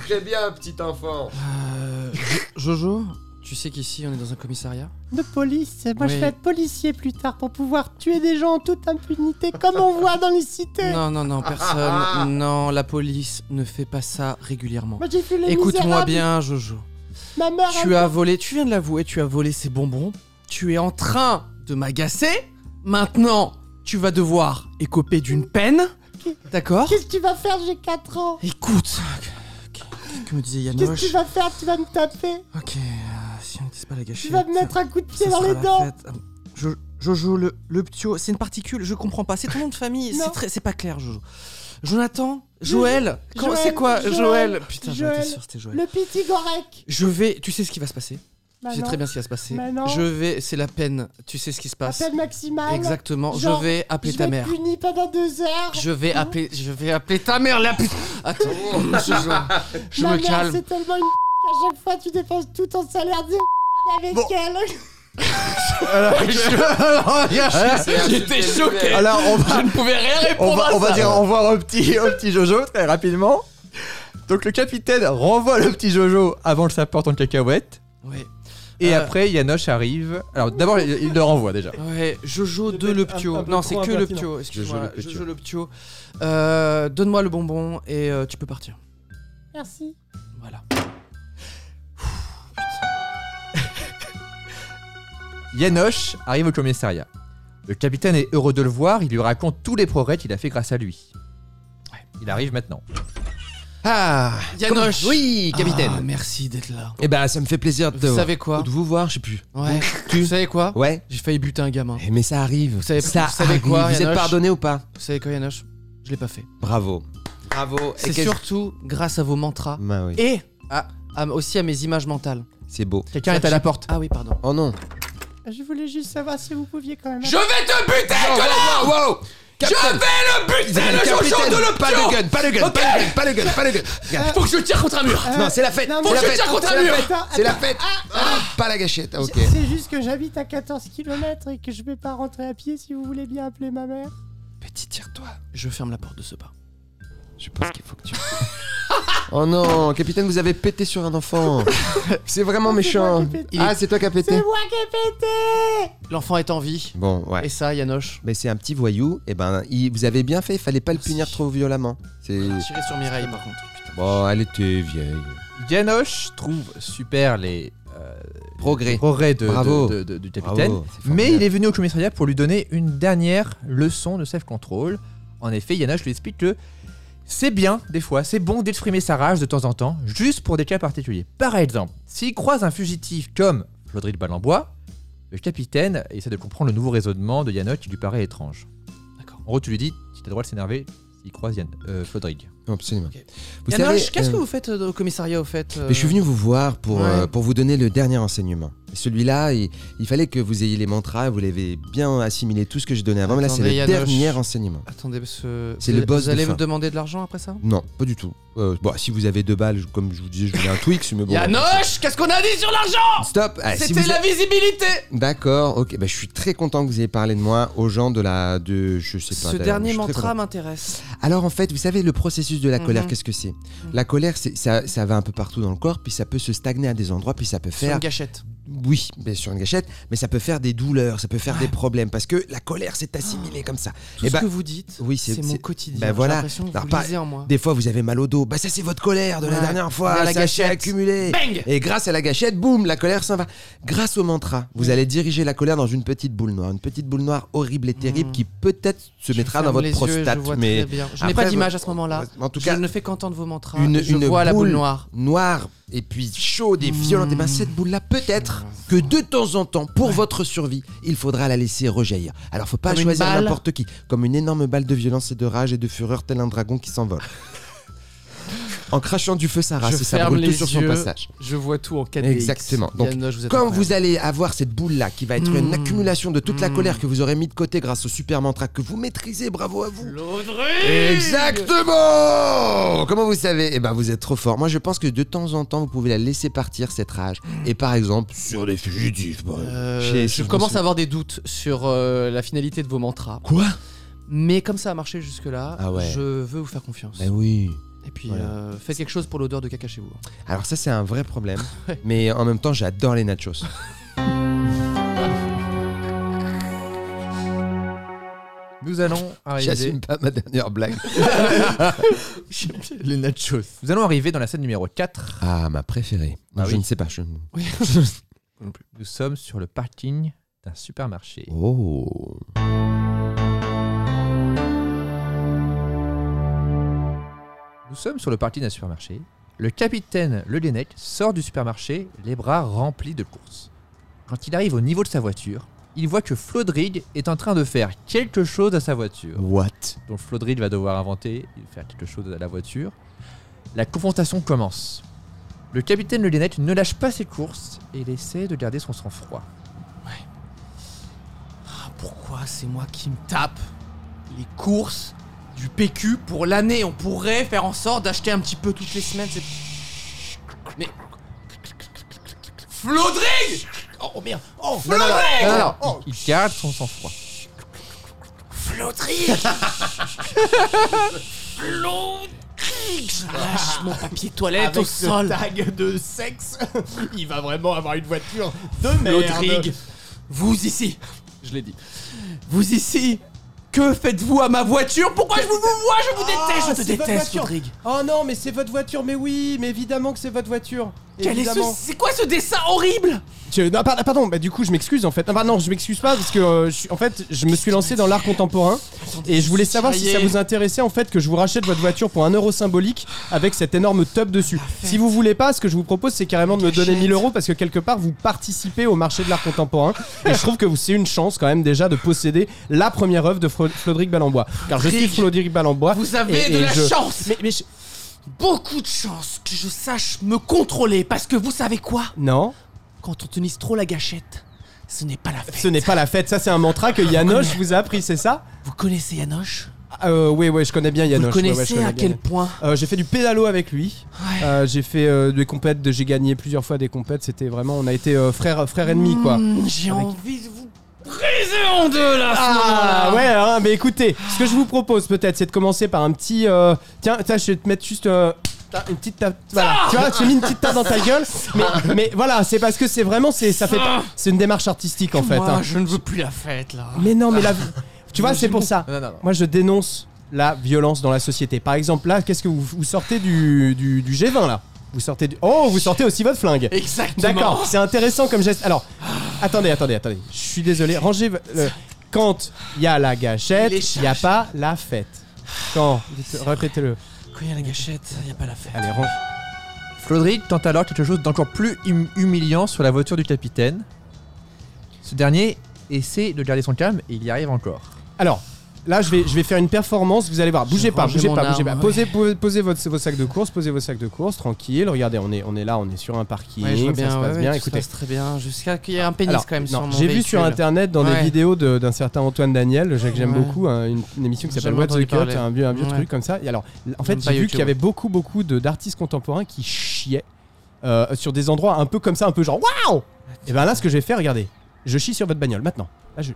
Très bien petit enfant. Euh, Jo- Jojo, tu sais qu'ici, on est dans un commissariat De police. Moi, je Oui. vais être policier plus tard pour pouvoir tuer des gens en toute impunité, comme on voit dans les cités. Non, non, non, personne. non, la police ne fait pas ça régulièrement. Moi, j'ai vu les Écoute-moi Misérables. bien, Jojo. Ma mère. Tu as volé, tu viens de l'avouer, tu as volé ces bonbons. Tu es en train de m'agacer. Maintenant, tu vas devoir écoper d'une peine. D'accord Qu'est-ce que tu vas faire J'ai 4 ans. Écoute. Que me disait Qu'est-ce que tu Yanoche vas faire Tu vas me taper. Ok, euh, si on ne pas la gâchette. Tu vas me mettre un coup de ça pied dans sera les la dents. fête. Ah, Jo- Jojo, le, le ptio, c'est une particule, je comprends pas. C'est ton nom de famille, Non. c'est très- c'est pas clair, Jojo. Jonathan Joël Joël, Comment- C'est quoi Joël, Joël Putain, Joël. j'étais sûr que c'était Joël. Le petit Gorek. Je vais. Tu sais ce qui va se passer Bah Tu sais non. très bien ce qui va se passer. Bah non. Je vais. C'est la peine. Tu sais ce qui se passe. Appel maximal. Exactement. Genre, je vais appeler Je ta vais mère. être puni pendant 2 heures. Je vais appeler. Je vais appeler ta mère, la pute. Attends. Oh, Jojo, je Ma me mère, calme. C'est tellement une à chaque fois tu dépenses tout ton salaire de avec elle. Hein J'étais choqué. Alors, on va, Je ne pouvais rien on répondre. va, à on va ça. dire au revoir au petit, au petit Jojo très rapidement. Donc, le capitaine renvoie le petit Jojo avant que ça porte en cacahuète. Ouais. Et Ah. Euh. après, Yanoche arrive. Alors, d'abord, il, il le renvoie déjà. Ouais, Jojo de Peut-être le un- un ptio. peu Non, c'est trop que le impertinent. ptio. Jojo Excuse-moi, le Ptio. Jojo le ptio. Euh, Donne-moi le bonbon et euh, tu peux partir. Merci. Voilà. Yanoche arrive au commissariat. Le capitaine est heureux de le voir, il lui raconte tous les progrès qu'il a fait grâce à lui. Il arrive maintenant. Ah Yanoche. Oui, capitaine. Ah, merci d'être là. Eh ben, ça me fait plaisir de te Vous savez quoi de vous voir, je sais plus. Ouais. Vous savez quoi Ouais. J'ai failli buter un gamin. Eh, Mais ça arrive. Vous savez- ça vous savez quoi, arrive. Vous êtes Yanoche pardonné ou pas Vous savez quoi, Yanoche Je l'ai pas fait. Bravo. Bravo. C'est surtout grâce à vos mantras Bah oui. et à- à- aussi à mes images mentales. C'est beau. Quelqu'un est à la porte. Ah oui, pardon. Oh non. Je voulais juste savoir si vous pouviez quand même. vais te buter, connard Ah, Wow Je vais le buter, le Jojo de le Pas de gun, pas de gun, pas de gun, pas de gun, pas de gun. Regarde. Faut que je tire contre un mur Euh, Non, c'est la fête. non, c'est mais- la fête. Attends, C'est la attends, fête. attends, C'est la attends. fête. Ah, Pas la gâchette. Ah, Ok. C'est juste que j'habite à 14 km et que je vais pas rentrer à pied si vous voulez bien appeler ma mère. Petit, tire-toi. Je ferme la porte de ce pas. Je pense qu'il faut que tu. Oh non, capitaine, vous avez pété sur un enfant. C'est vraiment C'est moi méchant. qui ai pété. Ah, c'est toi qui as pété. C'est moi qui ai pété L'enfant est en vie. Bon, ouais. Et ça, Yanoche, Mais c'est un petit voyou, et ben il- vous avez bien fait, il fallait pas le punir trop violemment. C'est. tirez sur Mireille par contre. Putain. Bon, elle était vieille. Yanoche trouve super les euh, Progrès. les progrès de, Bravo. de- de- de- du Bravo, capitaine. c'est formidable. Mais il est venu au commissariat pour lui donner une dernière leçon de self-control. En effet, Yanoche lui explique que c'est bien, des fois, c'est bon d'exprimer sa rage de temps en temps, juste pour des cas particuliers. Par exemple, s'il croise un fugitif comme Flodry de Balambois, le capitaine essaie de comprendre le nouveau raisonnement de Yanoche qui lui paraît étrange. D'accord. En gros, tu lui dis, si t'as le droit de s'énerver, s'il croise Yann, euh, Flodrig. Absolument. Ok. Vous Yanoche, savez, qu'est-ce euh, que vous faites euh, au commissariat au fait euh, mais je suis venu vous voir pour, Ouais. euh, pour vous donner le dernier enseignement. Et Celui-là, il, il fallait que vous ayez les mantras, vous l'avez bien assimilé tout ce que j'ai donné avant, mais là c'est le Attendez, Yanoche. dernier enseignement. euh, Attendez, parce que C'est vous- le boss Ah Vous de allez fin. me demander de l'argent après ça Non, pas du tout. Euh, bon, si vous avez deux balles, je- comme je vous disais, je voulais un Twix, mais bon. Yanoche, qu'est-ce qu'on a dit sur l'argent Stop Ah, si C'était vous- la visibilité D'accord, ok. Bah, je suis très content que vous ayez parlé de moi aux gens de la. De, je sais pas. Ce d'ailleurs, je dernier suis très mantra content. m'intéresse. Alors en fait, vous savez, le processus de la colère, Mhm. qu'est-ce que c'est La colère, c'est- ça, ça va un peu partout dans le corps, puis ça peut se stagner à des endroits, puis ça peut Sur faire. une gâchette. Oui, mais sur une gâchette, mais ça peut faire des douleurs, ça peut faire des problèmes, parce que la colère, c'est assimilé comme ça. Oh. Tout Eh ce ben, que vous dites, oui, c'est- c'est mon c'est- quotidien. ben J'ai voilà. l'impression que Alors, vous pas- lisez en moi. Des fois, vous avez mal au dos. Bah, ça, c'est votre colère de la Ouais. dernière fois. Mais à la la gâchette gâchette. accumulée. Bang Et grâce à la gâchette, boum, la colère s'en va. Grâce au mantra, vous allez diriger la colère dans une petite boule noire. Une petite boule noire horrible et terrible Mm. qui peut-être se mettra dans Ferme votre les yeux, prostate. je vois très mais bien. Je n'ai après, pas vous- d'image à ce moment-là. En tout Je cas, ne fais qu'entendre vos mantras. une- je une vois la boule boule. noire. noire et puis chaude et Mm. violente. Et bien, eh ben, cette boule-là, peut-être que de temps en temps, pour votre survie, il faudra la laisser rejaillir. Alors, faut pas Comme une choisir balle. n'importe qui. Comme une énorme balle de violence et de rage et de fureur, tel un dragon qui s'envole. en crachant du feu, sa race Je et ça ferme brûle tout les sur son yeux. passage. Je vois tout en 4 Exactement. Donc, Quand vous allez avoir cette boule-là, qui va être une Mmh. accumulation de toute la Mmh. colère que vous aurez mis de côté grâce au super mantra que vous maîtrisez, bravo à vous. Exactement Comment vous savez Eh ben, vous êtes trop fort. Moi, je pense que de temps en temps, vous pouvez la laisser partir, cette rage. Et par exemple, sur des fugitifs. par exemple. Chez- Euh, je chez- commence à avoir des doutes sur euh, la finalité de vos mantras. Quoi Mais comme ça a marché jusque-là, Ah ouais. je veux vous faire confiance. Bah Ben oui. Et puis, Voilà. euh, faites quelque chose pour l'odeur de caca chez vous. hein. Alors ça, c'est un vrai problème. Mais en même temps, j'adore les nachos. Nous allons arriver. J'assume pas ma dernière blague. Les nachos. Nous allons arriver dans la scène numéro 4. Ah, ma préférée. Ah je oui. ne sais pas. Je... Nous sommes sur le parking d'un supermarché. Oh. Nous sommes sur le parking d'un supermarché. Le capitaine Le Guenec sort du supermarché, les bras remplis de courses. Quand il arrive au niveau de sa voiture, il voit que Flodrig est en train de faire quelque chose à sa voiture. What Donc Flodrig va devoir inventer, faire quelque chose à la voiture. La confrontation commence. Le capitaine Le Guenec ne lâche pas ses courses et il essaie de garder son sang-froid. Ah, pourquoi c'est moi qui me tape les courses du PQ pour l'année On pourrait faire en sorte d'acheter un petit peu toutes les semaines. c'est- Mais. Flodrig Oh merde Oh Flodrig Non, non, il il garde son sang-froid. Flodrig Flodrig Je lâche mon papier toilette au sol tag de sexe, il va vraiment avoir une voiture Flodrig Vous ici Je l'ai dit. Vous ici que faites-vous à ma voiture Pourquoi je vous, vous vois Je vous déteste Ah, Je te c'est votre déteste, voiture. Flodrig Oh non, mais c'est votre voiture, mais oui, mais évidemment que c'est votre voiture. Quel est ce... évidemment. C'est quoi ce dessin horrible Je- non, pardon, pardon, bah du coup je m'excuse en fait. Ah bah non, je m'excuse pas parce que euh, je suis- en fait je me suis lancé dans l'art contemporain et je voulais savoir si ça vous intéressait en fait que je vous rachète votre voiture pour un euro symbolique avec cette énorme tub dessus. Si vous voulez pas, ce que je vous propose c'est carrément de me donner 1000 euros parce que quelque part vous participez au marché de l'art contemporain et je trouve que vous- c'est une chance quand même déjà de posséder la première œuvre de Fro- Flodric Ballambois. Car je suis Flodric Ballambois. Vous avez et- de et la je- chance Mais, mais je- Beaucoup de chance que je sache me contrôler parce que vous savez quoi Non, Quand on tenise trop la gâchette, ce n'est pas la fête. ce n'est pas la fête, ça c'est un mantra que Yanoche vous a appris, c'est ça Vous connaissez Yanoche Ah, euh, Oui, oui, je connais bien Vous Yanoche. le ouais, ouais, je connaissez connais à bien quel point Euh, j'ai fait du pédalo avec lui. Ouais. Euh, j'ai fait euh, des compètes, de- j'ai gagné plusieurs fois des compètes. C'était vraiment, on a été euh, frère, frère ennemi quoi. Mmh, J'ai Avec- envie de vous briser en deux là ce Ah moment-là. ouais, hein, mais écoutez, ce que je vous propose peut-être, c'est de commencer par un petit. euh, tiens, tiens, je vais te mettre juste euh, ta- une petite tape. Voilà, tu vois, tu as mis une petite tape dans ta gueule. Mais, mais voilà, c'est parce que c'est vraiment, c'est, ça fait, c'est une démarche artistique en fait. Moi, Ah. hein. je ne veux plus la fête là. Mais non, mais la, tu vois, c'est pour ça. Non, non, non. Moi, je dénonce la violence dans la société. Par exemple, là, qu'est-ce que vous, vous sortez du, du- du G20 là Vous sortez du. Oh, vous sortez aussi votre flingue. Exactement. D'accord, c'est intéressant comme geste. Alors, attendez, attendez, attendez. Je suis désolé. Rangez. v- le- Quand il y a la gâchette, Il est il n'y a pas la fête. Quand dites- Répétez-le. Quand il y a la gâchette, il n'y a pas la fête. Allez, range. Flodrig tente alors quelque chose d'encore plus hum- humiliant sur la voiture du capitaine. Ce dernier essaie de garder son calme et il y arrive encore. Alors, Là, je vais, je vais faire une performance. Vous allez voir. Bougez pas, rangé bougez mon pas, bougez pas. arme, ouais. Posez, posez, posez votre- vos sacs de course, posez vos sacs de course, tranquille. Regardez, on est, on est là, on est sur un parking. Ouais, je vois ça bien, se passe ouais, ouais, bien. tout se Écoutez, passe très bien. Jusqu'à qu'il y ait un pénis Alors, quand même non, sur mon J'ai vu sur véhicule. internet dans des Ouais. vidéos de- d'un certain Antoine Daniel, Jacques j'aime Ouais. beaucoup, hein, une, une émission qui J'ai s'appelle jamais What's the entendu Cut, parler. un vieux, un vieux Ouais. truc comme ça. Et alors, l- en fait, J'aime j'ai pas vu YouTube. qu'il y avait beaucoup, beaucoup de- d'artistes contemporains qui chiaient euh, sur des endroits un peu comme ça, un peu genre waouh. Et ben là, ce que je vais faire, regardez, je chie sur votre bagnole maintenant. Là, Ah. je...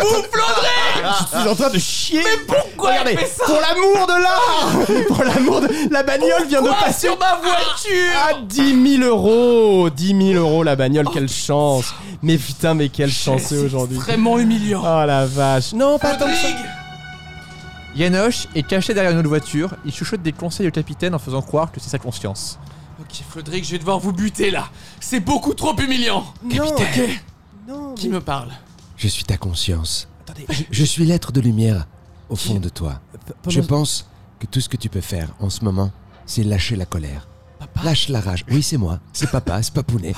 je suis en train de chier. Mais pourquoi Regardez, pour l'amour de l'art Pour l'amour de. La bagnole vient de passer. sur ma voiture À 10 000 euros 10 000 euros la bagnole, Oh, quelle chance Mais putain, mais quelle chance aujourd'hui Extrêmement humiliant. Oh la vache Non, pas tant que ça Yanoche est caché derrière une autre voiture. Il chuchote des conseils au capitaine en faisant croire que c'est sa conscience. Ok, Flodric, je vais devoir vous buter là. C'est beaucoup trop humiliant. Non, Capitaine, non qui me parle Je suis ta conscience. Attendez, Je, je suis l'être de lumière au fond de toi. Je pense que tout ce que tu peux faire en ce moment, c'est lâcher la colère. Lâche la rage. Oui, c'est moi. C'est papa, c'est papounet.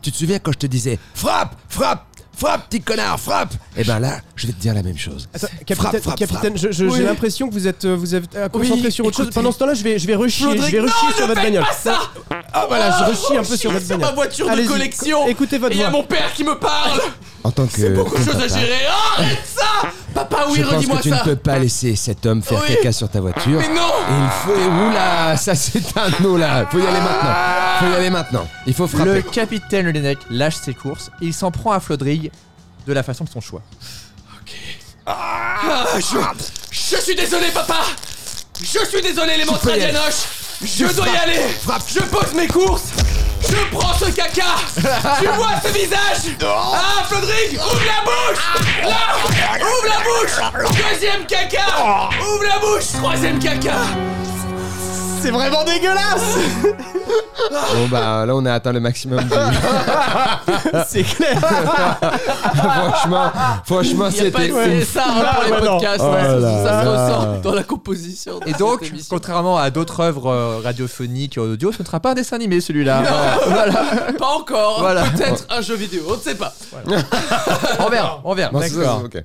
Tu te souviens quand je te disais frappe, frappe, frappe, petit connard, frappe Eh ben là, je vais te dire la même chose. Attends, Frappe, capitaine, frappe, capitaine, je- je- j'ai Oui. l'impression que vous êtes, euh, vous êtes euh, concentré sur autre chose. écoutez. Pendant ce temps-là, je vais, je vais rechier, je Flodric, vais non, rechier sur ne votre faites bagnole. pas ça Ah voilà, je rechie un peu sur votre C'est bagnole. ma voiture de Allez-y, collection. Écoutez Et votre il y a voix. mon père qui me parle. En tant que. C'est beaucoup de ton choses à papa, gérer. Ah, Arrête ça Papa, oui, je pense redis-moi que tu ça. ne peux pas laisser cet homme faire Oui. caca sur ta voiture. Mais non Et il faut. Oula, ça c'est un nous là. Faut y aller maintenant. Faut y aller maintenant. Il faut Le frapper. capitaine Lenec lâche ses courses et il s'en prend à Flodrig de la façon de son choix. Ah, je... je suis désolé, papa Je suis désolé, les monstres y aller. Dianoche Je dois y aller Je pose mes courses Je prends ce caca Tu vois ce visage Ah, Flodrig Ouvre la bouche Là Ouvre la bouche Deuxième caca Ouvre la bouche Troisième caca C'est vraiment dégueulasse Bon bah là on a atteint le maximum. du- C'est clair franchement, franchement Il y a pas c'était. de ça pour les ouais, non. podcasts, Oh ouais, ça- là ça se là. ressent dans la composition. Et de Ah, cette donc, émission. contrairement à d'autres œuvres euh, radiophoniques et audio, ce ne sera pas un dessin animé celui-là. pas encore, Voilà. peut-être un jeu vidéo, on ne sait pas. On verra, on verra. Non, c'est ça, D'accord. ok.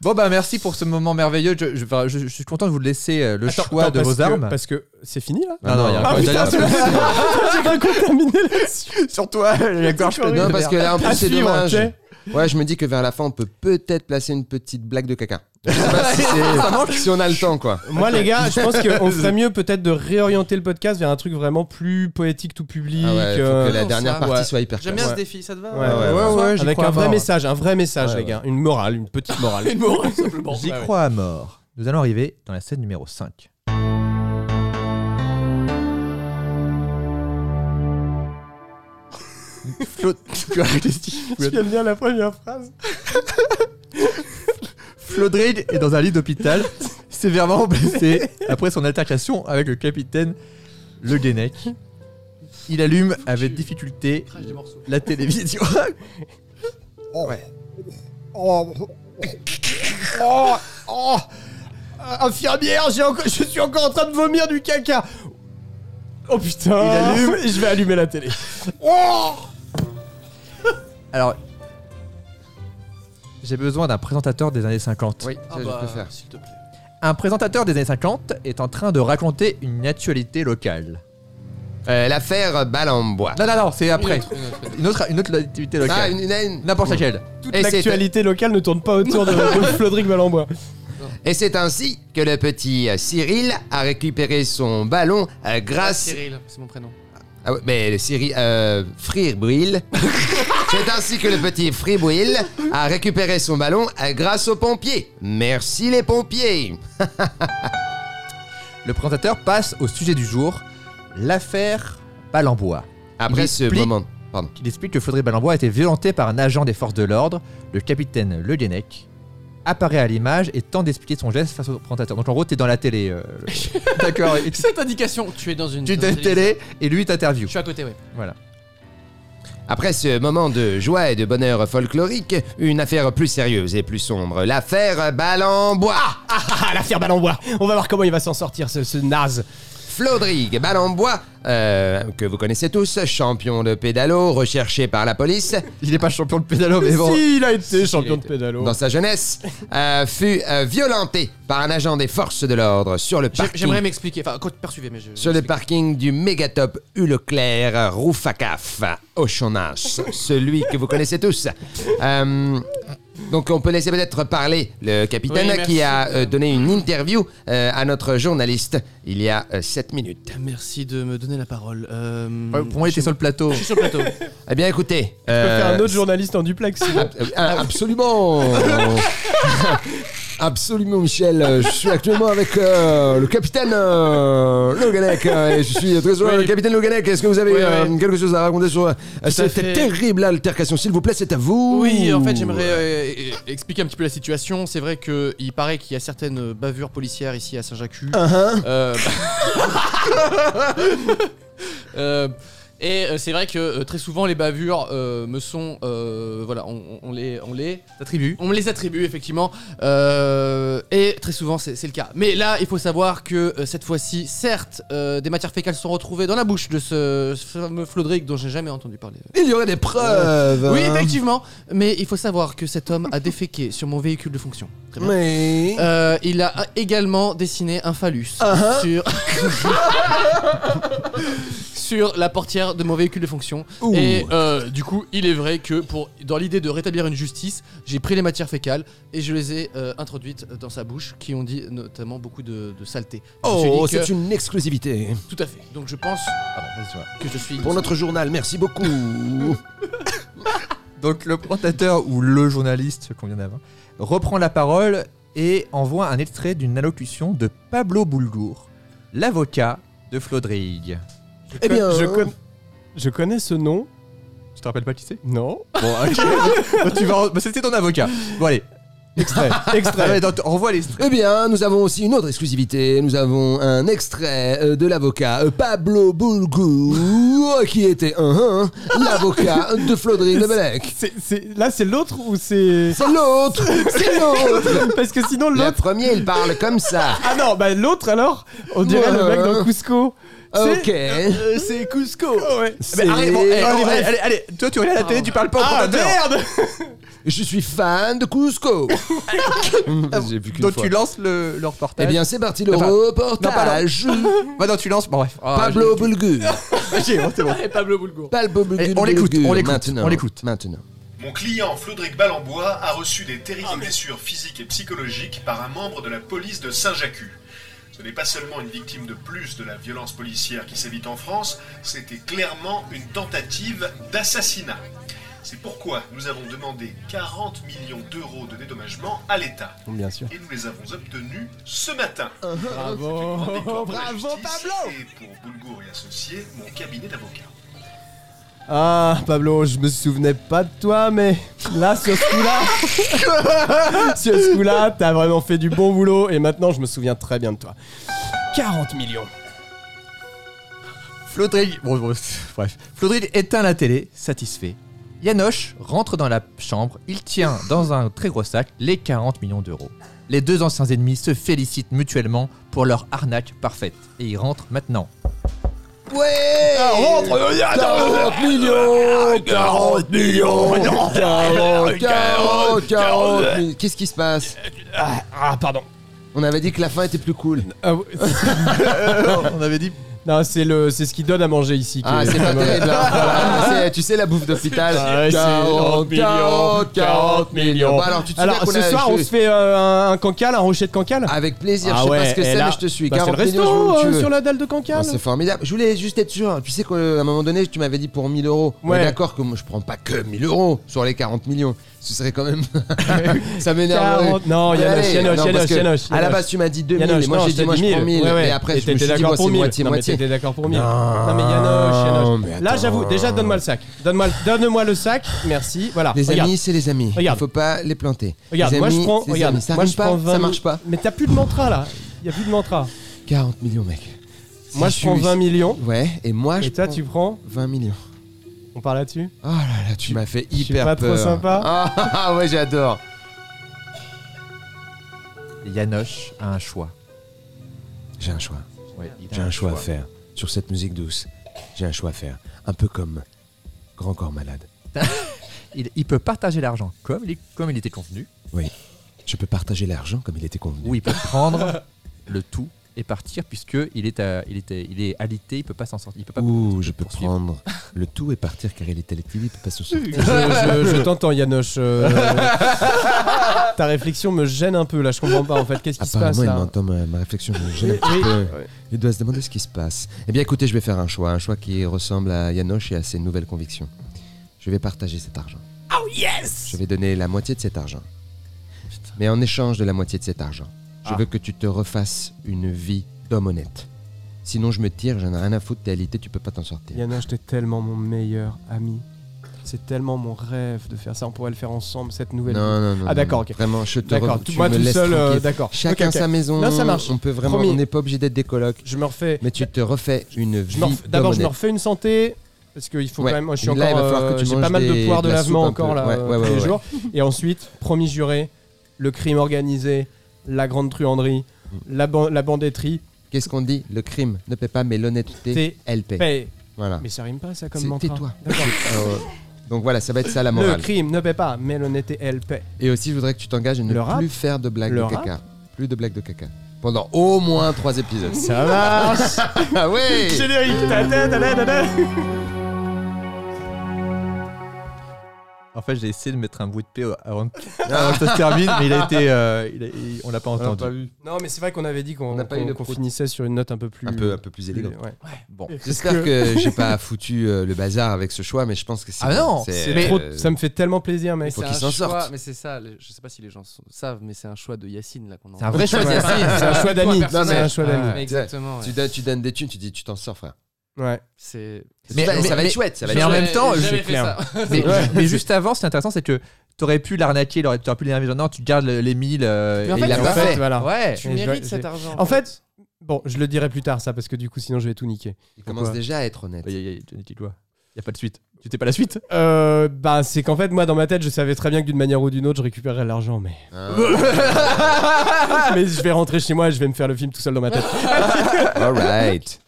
Bon bah merci pour ce moment merveilleux. Je, je- enfin, je- je suis content de vous laisser euh, le Attends, choix attends, de parce vos que- armes. Parce que c'est fini là Non, non, il y a Ah encore putain, d'ailleurs, c'est J'ai pas encore terminé là-dessus. Sur toi, la gorge horrible. Non, parce que là, À en plus, c'est suivre, dommage. ok. Ouais, je me dis que vers la fin, on peut peut-être placer une petite blague de caca. Je sais pas si, c'est- si on a le temps, quoi. Ah Moi les gars, je pense qu'on ferait mieux peut-être de réorienter le podcast vers un truc vraiment plus poétique, tout public. Ah ouais, faut euh, que la dernière ça, partie ouais. soit hyper J'aime claire. bien Ouais. ce défi, ça te va Ouais, ouais, Ouais, ouais, ouais, ouais, j'y Avec crois un à vrai mort. message, un vrai message Ouais, les ouais. gars, une morale, une petite morale. Une morale, simplement. J'y bah Ouais, ouais. crois à mort. Nous allons arriver dans la scène numéro 5. Tu aimes bien la première phrase Flodrig est dans un lit d'hôpital, sévèrement blessé après son altercation avec le capitaine Le Guenec. Il allume avec difficulté Crache des morceaux. la télévision. Oh, oh Euh, Infirmière, j'ai encore- je suis encore en train de vomir du caca. Oh putain. Il allume et je vais allumer la télé. Alors, j'ai besoin d'un présentateur des années 50. Oui, ça, Ah je bah, préfère. s'il te plaît. Un présentateur des années 50 est en train de raconter une actualité locale. Euh, L'affaire balle en bois. Non, non, non, c'est après. Une autre, une autre, une autre. Une autre, une autre activité locale. Ah, une, une- une- N'importe laquelle. Toute Et l'actualité locale ne tourne pas autour de, de Flodric Malambois. Et c'est ainsi que le petit euh, Cyril a récupéré son ballon Ah, euh, grâce. Cyril, c'est mon prénom. Ah ouais, mais le Cyril. Euh, Fribril. c'est ainsi que le petit Fribril a récupéré son ballon euh, grâce aux pompiers. Merci les pompiers. Le présentateur passe au sujet du jour, l'affaire Balambois. Après Il ce explique- moment. Pardon. Il explique que Faudry Balambois a été violenté par un agent des forces de l'ordre, le capitaine Le Guenec, apparaît à l'image et tente d'expliquer son geste face au présentateur. Donc en gros, t'es dans la télé. euh, le- D'accord. et tu- Cette indication, tu es dans une. Tu dans t'es une télévision. télé et lui t'interview. Je suis à côté, ouais. Voilà. Après ce moment de joie et de bonheur folklorique, une affaire plus sérieuse et plus sombre. L'affaire balle en bois. Ah Ah, l'affaire Malambois. On va voir comment il va s'en sortir ce, ce naze. Flodrig, balle en bois, euh, que vous connaissez tous, champion de pédalo, recherché par la police Il est pas champion de pédalo, mais bon. Si, il a été champion de pédalo. dans sa jeunesse, euh, fut euh, violenté par un agent des forces de l'ordre sur le J'ai- J'aimerais parking, m'expliquer. Enfin, quand- poursuivez, mais je. sur le m'explique. parking du Mégatop Uleclerc Roufacaf, Auchonas, celui que vous connaissez tous. Euh, donc on peut laisser peut-être parler le capitaine Oui, merci. qui a euh, donné une interview euh, à notre journaliste il y a 7 minutes. Merci de me donner la parole. Euh, Ouais, Pour moi, il était sur le plateau. je suis sur le plateau. Eh bien écoutez, On peut faire euh, un autre journaliste en duplex. sinon. Euh, euh, Absolument Absolument Michel, Euh, je suis actuellement avec euh, le capitaine euh, Loganec Euh, et je suis très heureux. Oui. Le capitaine Loganec, est-ce que vous avez Oui, euh, oui. quelque chose à raconter sur euh, cette fait. terrible altercation S'il vous plaît, c'est à vous. Oui, en fait, j'aimerais euh, euh, expliquer un petit peu la situation. C'est vrai que il paraît qu'il y a certaines bavures policières ici à Saint-Jacques. Euh, bah- Euh, et euh, c'est vrai que euh, très souvent les bavures euh, me sont euh, voilà on, on- on les on les attribue on me les attribue effectivement euh, et très souvent c'est c'est le cas mais là il faut savoir que euh, cette fois-ci certes euh, des matières fécales sont retrouvées dans la bouche de ce, ce fameux Flodric dont j'ai jamais entendu parler Il y aurait des preuves. oui, hein. effectivement. Mais il faut savoir que cet homme a déféqué sur mon véhicule de fonction. Très bien. Mais. Euh, il a également dessiné un phallus Ah, hein. sur... sur la portière de mon véhicule de fonction. Ouh. Et euh, du coup, il est vrai que pour dans l'idée de rétablir une justice, j'ai pris les matières fécales et je les ai euh, introduites dans sa bouche, qui ont dit notamment beaucoup de, de saleté. Je me suis Oh, dit que- c'est une exclusivité Tout à fait. Donc je pense que je suis... pour notre journal. Merci beaucoup. Donc le présentateur ou le journaliste, qu'on vient d'avoir, hein, reprend la parole et envoie un extrait d'une allocution de Pablo Boulgour, l'avocat de Flodrig. eh bien, je, con- je connais ce nom. Tu te rappelles pas qui c'est Non. Bon, ok. Bah, tu vas- bah, c'était ton avocat. Bon, allez. Extrait. Ah ouais, Extrait. donc, renvoie l'extrait. Eh bien, nous avons aussi une autre exclusivité. Nous avons un extrait euh, de l'avocat euh, Pablo Boulgour, qui était un, un, l'avocat de Flodrine de Belec. C'est- c'est- Là, c'est l'autre ou c'est. C'est l'autre C'est l'autre Parce que sinon, Le l'autre. premier, il parle comme ça. Ah non, bah l'autre alors On dirait le mec Euh. dans Cusco. C'est- Ok. c'est Cusco. Ouais. Mais arrête, bon, C'est- eh, allez, allez, allez, allez, toi tu regardes la télé, tu parles pas au Ah présentateur. merde Je suis fan de Cusco. J'ai plus qu'une Ah, Donc fois. tu lances le, le reportage. Eh bien, c'est parti le Enfin, reportage. Ouais, non, tu lances. Bon, bref. Ah, Pablo Boulgour. j'ai- j'ai- bon, c'est bon. Pablo Boulgour. Pablo Boulgour. Allez, on l'écoute, on l'écoute, Maintenant. on l'écoute. Maintenant. Mon client Flodric Ballambois a reçu des terribles blessures physiques et psychologiques par un membre de la police de Saint-Jacques. Ce n'est pas seulement une victime de plus de la violence policière qui s'évite en France, c'était clairement une tentative d'assassinat. C'est pourquoi nous avons demandé 40 millions d'euros de dédommagement à l'État. Bien sûr. Et nous les avons obtenus ce matin. Bravo Oh, Bravo Pablo Et pour Boulgour et Associés, mon cabinet d'avocats. Ah Pablo, je me souvenais pas de toi, mais là sur ce coup-là, sur ce coup-là, t'as vraiment fait du bon boulot et maintenant je me souviens très bien de toi. 40 millions. Flodrig. Bon, bon, bref. Flodrig éteint la télé, satisfait. Yanoche rentre dans la chambre, il tient dans un très gros sac les 40 millions d'euros. Les deux anciens ennemis se félicitent mutuellement pour leur arnaque parfaite. Et ils rentrent maintenant. Ouais rentre, Ah, 40 millions 40 millions 40, 40, 40 millions. Qu'est-ce qui se passe Ah, ah, pardon. On avait dit que la fin était plus cool. Ah, ouais. On avait dit. non, c'est le, c'est ce qui donne à manger ici. qui Ah, est c'est pas vraiment- terrible. hein. Voilà. C'est- Tu sais, la bouffe d'hôpital. Ah ouais, c'est 40 millions, 40 millions. Bah, alors, tu te Alors souviens ce qu'on a- soir, je- on se fait euh, un, un cancal, un rocher de cancal. Avec plaisir, Ah je sais pas ouais, ce que et c'est, là- mais je te suis. Bah, c'est 40 le resto millions, je- tu euh, veux. sur la dalle de cancal. Ah, c'est formidable. Je voulais juste être sûr. hein. Tu sais qu'à un moment donné, tu m'avais dit pour 1000 euros. On est Ouais. d'accord que moi, je prends pas que 1000 euros sur les 40 millions. Ce serait quand même. ça m'énerve. 40. Non, Allez, Yanoche, Yanoche, non, parce Yanoche, que Yanoche. À la base, tu m'as dit 2000 Yanoche, et moi non, j'ai je dit t'ai moi je prends 1000 ouais, ouais. et après Et je me t'étais suis dit d'accord moi pour c'est 1000. moitié Non, mais moitié. T'étais d'accord pour 1000. Non, Non mais Yanoche, Yanoche. mais Là attends. j'avoue, déjà donne-moi le sac. Donne-moi le- donne-moi le sac. Merci. Voilà. Les Regarde. amis, c'est les amis. Il Regarde. faut pas les planter. Regarde, les moi amis, je prends, c'est les regarde, amis. ça moi marche je prends pas, 20 ça marche pas. Mais t'as plus de mantra là. Y a plus de mantra. 40 millions mec. Si Moi je prends suis- 20 millions. Ouais, et moi je Et toi prends tu prends 20 millions. On part là-dessus Oh là là, tu m'as fait suis hyper pas trop peur. sympa Ah, Ah ah, ouais, j'adore. Yanoche a un choix. J'ai un choix. Ouais, il a J'ai un choix à faire. Sur cette musique douce, j'ai un choix à faire. Un peu comme Grand Corps Malade. Il, il peut partager l'argent comme il, est- comme il était convenu, Je peux partager l'argent comme il était convenu. ou il peut prendre le tout et partir puisque il est, à- il était- il est alité, il peut pas s'en sortir. Il peut pas Ou je peux poursuivre. prendre le tout et partir car il est télétélé, il peut pas se sortir. Je, je- je t'entends, Yanoche. euh, ta réflexion me gêne un peu là, je comprends pas en fait. Qu'est-ce qui se passe Apparemment, il là m'entend ma, ma réflexion. je me gêne un petit peu. Il doit se demander ce qui se passe. Eh bien, écoutez, je vais faire un choix. Un choix qui ressemble à Yanoche et à ses nouvelles convictions. Je vais partager cet argent. Oh yes Je vais donner la moitié de cet argent. Mais en échange de la moitié de cet argent, Ah. je veux que tu te refasses une vie d'homme honnête. Sinon, je me tire, j'en ai rien à foutre, t'es alité, tu peux pas t'en sortir. Yanoche, t'es tellement mon meilleur ami. C'est tellement mon rêve de faire ça. On pourrait le faire ensemble, cette nouvelle. vie. Non, non, non. Ah, d'accord, non. ok. Vraiment, je te D'accord, re- tout- tu moi me tout laisses seul, euh, tranquille. d'accord. Chacun Ok, ok. sa maison. Là, ça marche. On peut vraiment, Promis. on n'est pas obligé d'être des colocs. Je me refais. Mais tu te refais une vie Je me ref- D'abord, je me d'homme refais une santé. Parce qu'il faut Ouais. quand même. Moi, je suis Là, il encore. va falloir que euh, tu J'ai manges pas mal de des- pouvoir de, de la soupe lavement un encore peu. là, Ouais, euh, ouais, ouais, tous les ouais. jours. Et ensuite, promis juré, le crime organisé, la grande truanderie, Mm. la, ban- la bandetterie. Qu'est-ce qu'on dit Le crime ne paie pas, mais l'honnêteté, T'es- elle paie. Paye. Voilà. Mais ça rime pas ça comme C'est- mantra. Tais-toi. D'accord. Euh, donc voilà, ça va être ça la Le morale. crime ne paie pas, mais l'honnêteté, elle paie. Et aussi, je voudrais que tu t'engages à ne Le rap plus faire de blagues Le de caca. Plus de blagues de caca. Pendant au moins trois épisodes. Ça marche ah ouais Générique ta tête, ta tête, ta tête. En fait, j'ai essayé de mettre un bout de paix avant que, Ah. avant que ça se termine, mais il a été, euh, il a- il- on l'a pas entendu. Non, mais c'est vrai qu'on avait dit qu'on On n'a pas qu'on- eu de qu'on prout. finissait sur une note un peu plus. Un peu, un peu plus plus- élégant. ouais. Bon, J'espère que j'ai pas foutu euh, le bazar avec ce choix, mais je pense que c'est. Ah non, c'est c'est euh, Trop- ça me fait tellement plaisir, mec. Faut c'est qu'il un s'en choix, sorte. Mais c'est ça, les- je sais pas si les gens sont- savent, mais c'est un choix de Yacine là qu'on c'est un vrai choix. Ouais. C'est un choix d'amis. Toi, C'est personnel. un choix d'amis. Mais Exactement. tu, ouais. donnes, tu donnes des thunes, tu dis tu t'en sors, frère. Ouais. C'est. Mais- ça, mais- ça va mais- être chouette, ça va mais être en chouette. même temps, J'ai je- jamais fait clair. ça. Mais, mais juste avant, ce qui est intéressant, c'est que t'aurais pu l'arnaquer, l'aurais- t'aurais pu l'énerver. genre, Non, tu gardes le- les 1000. euh, Mais en et fait, il l'a tu pas vois- fait. voilà. Ouais. Tu Mais je mérites vais- cet je- argent. En fait, bon, je le dirai plus tard, ça, parce que du coup, sinon, je vais tout niquer. Il commence déjà à être honnête. Il Bah, y, a- il y a- il y a- il y a pas de suite. Tu t'es pas la suite Euh, bah, c'est qu'en fait, moi, dans ma tête, je savais très bien que d'une manière ou d'une autre, je récupérerais l'argent, mais. Hein Ah. mais je vais rentrer chez moi et je vais me faire le film tout seul dans ma tête. Alright.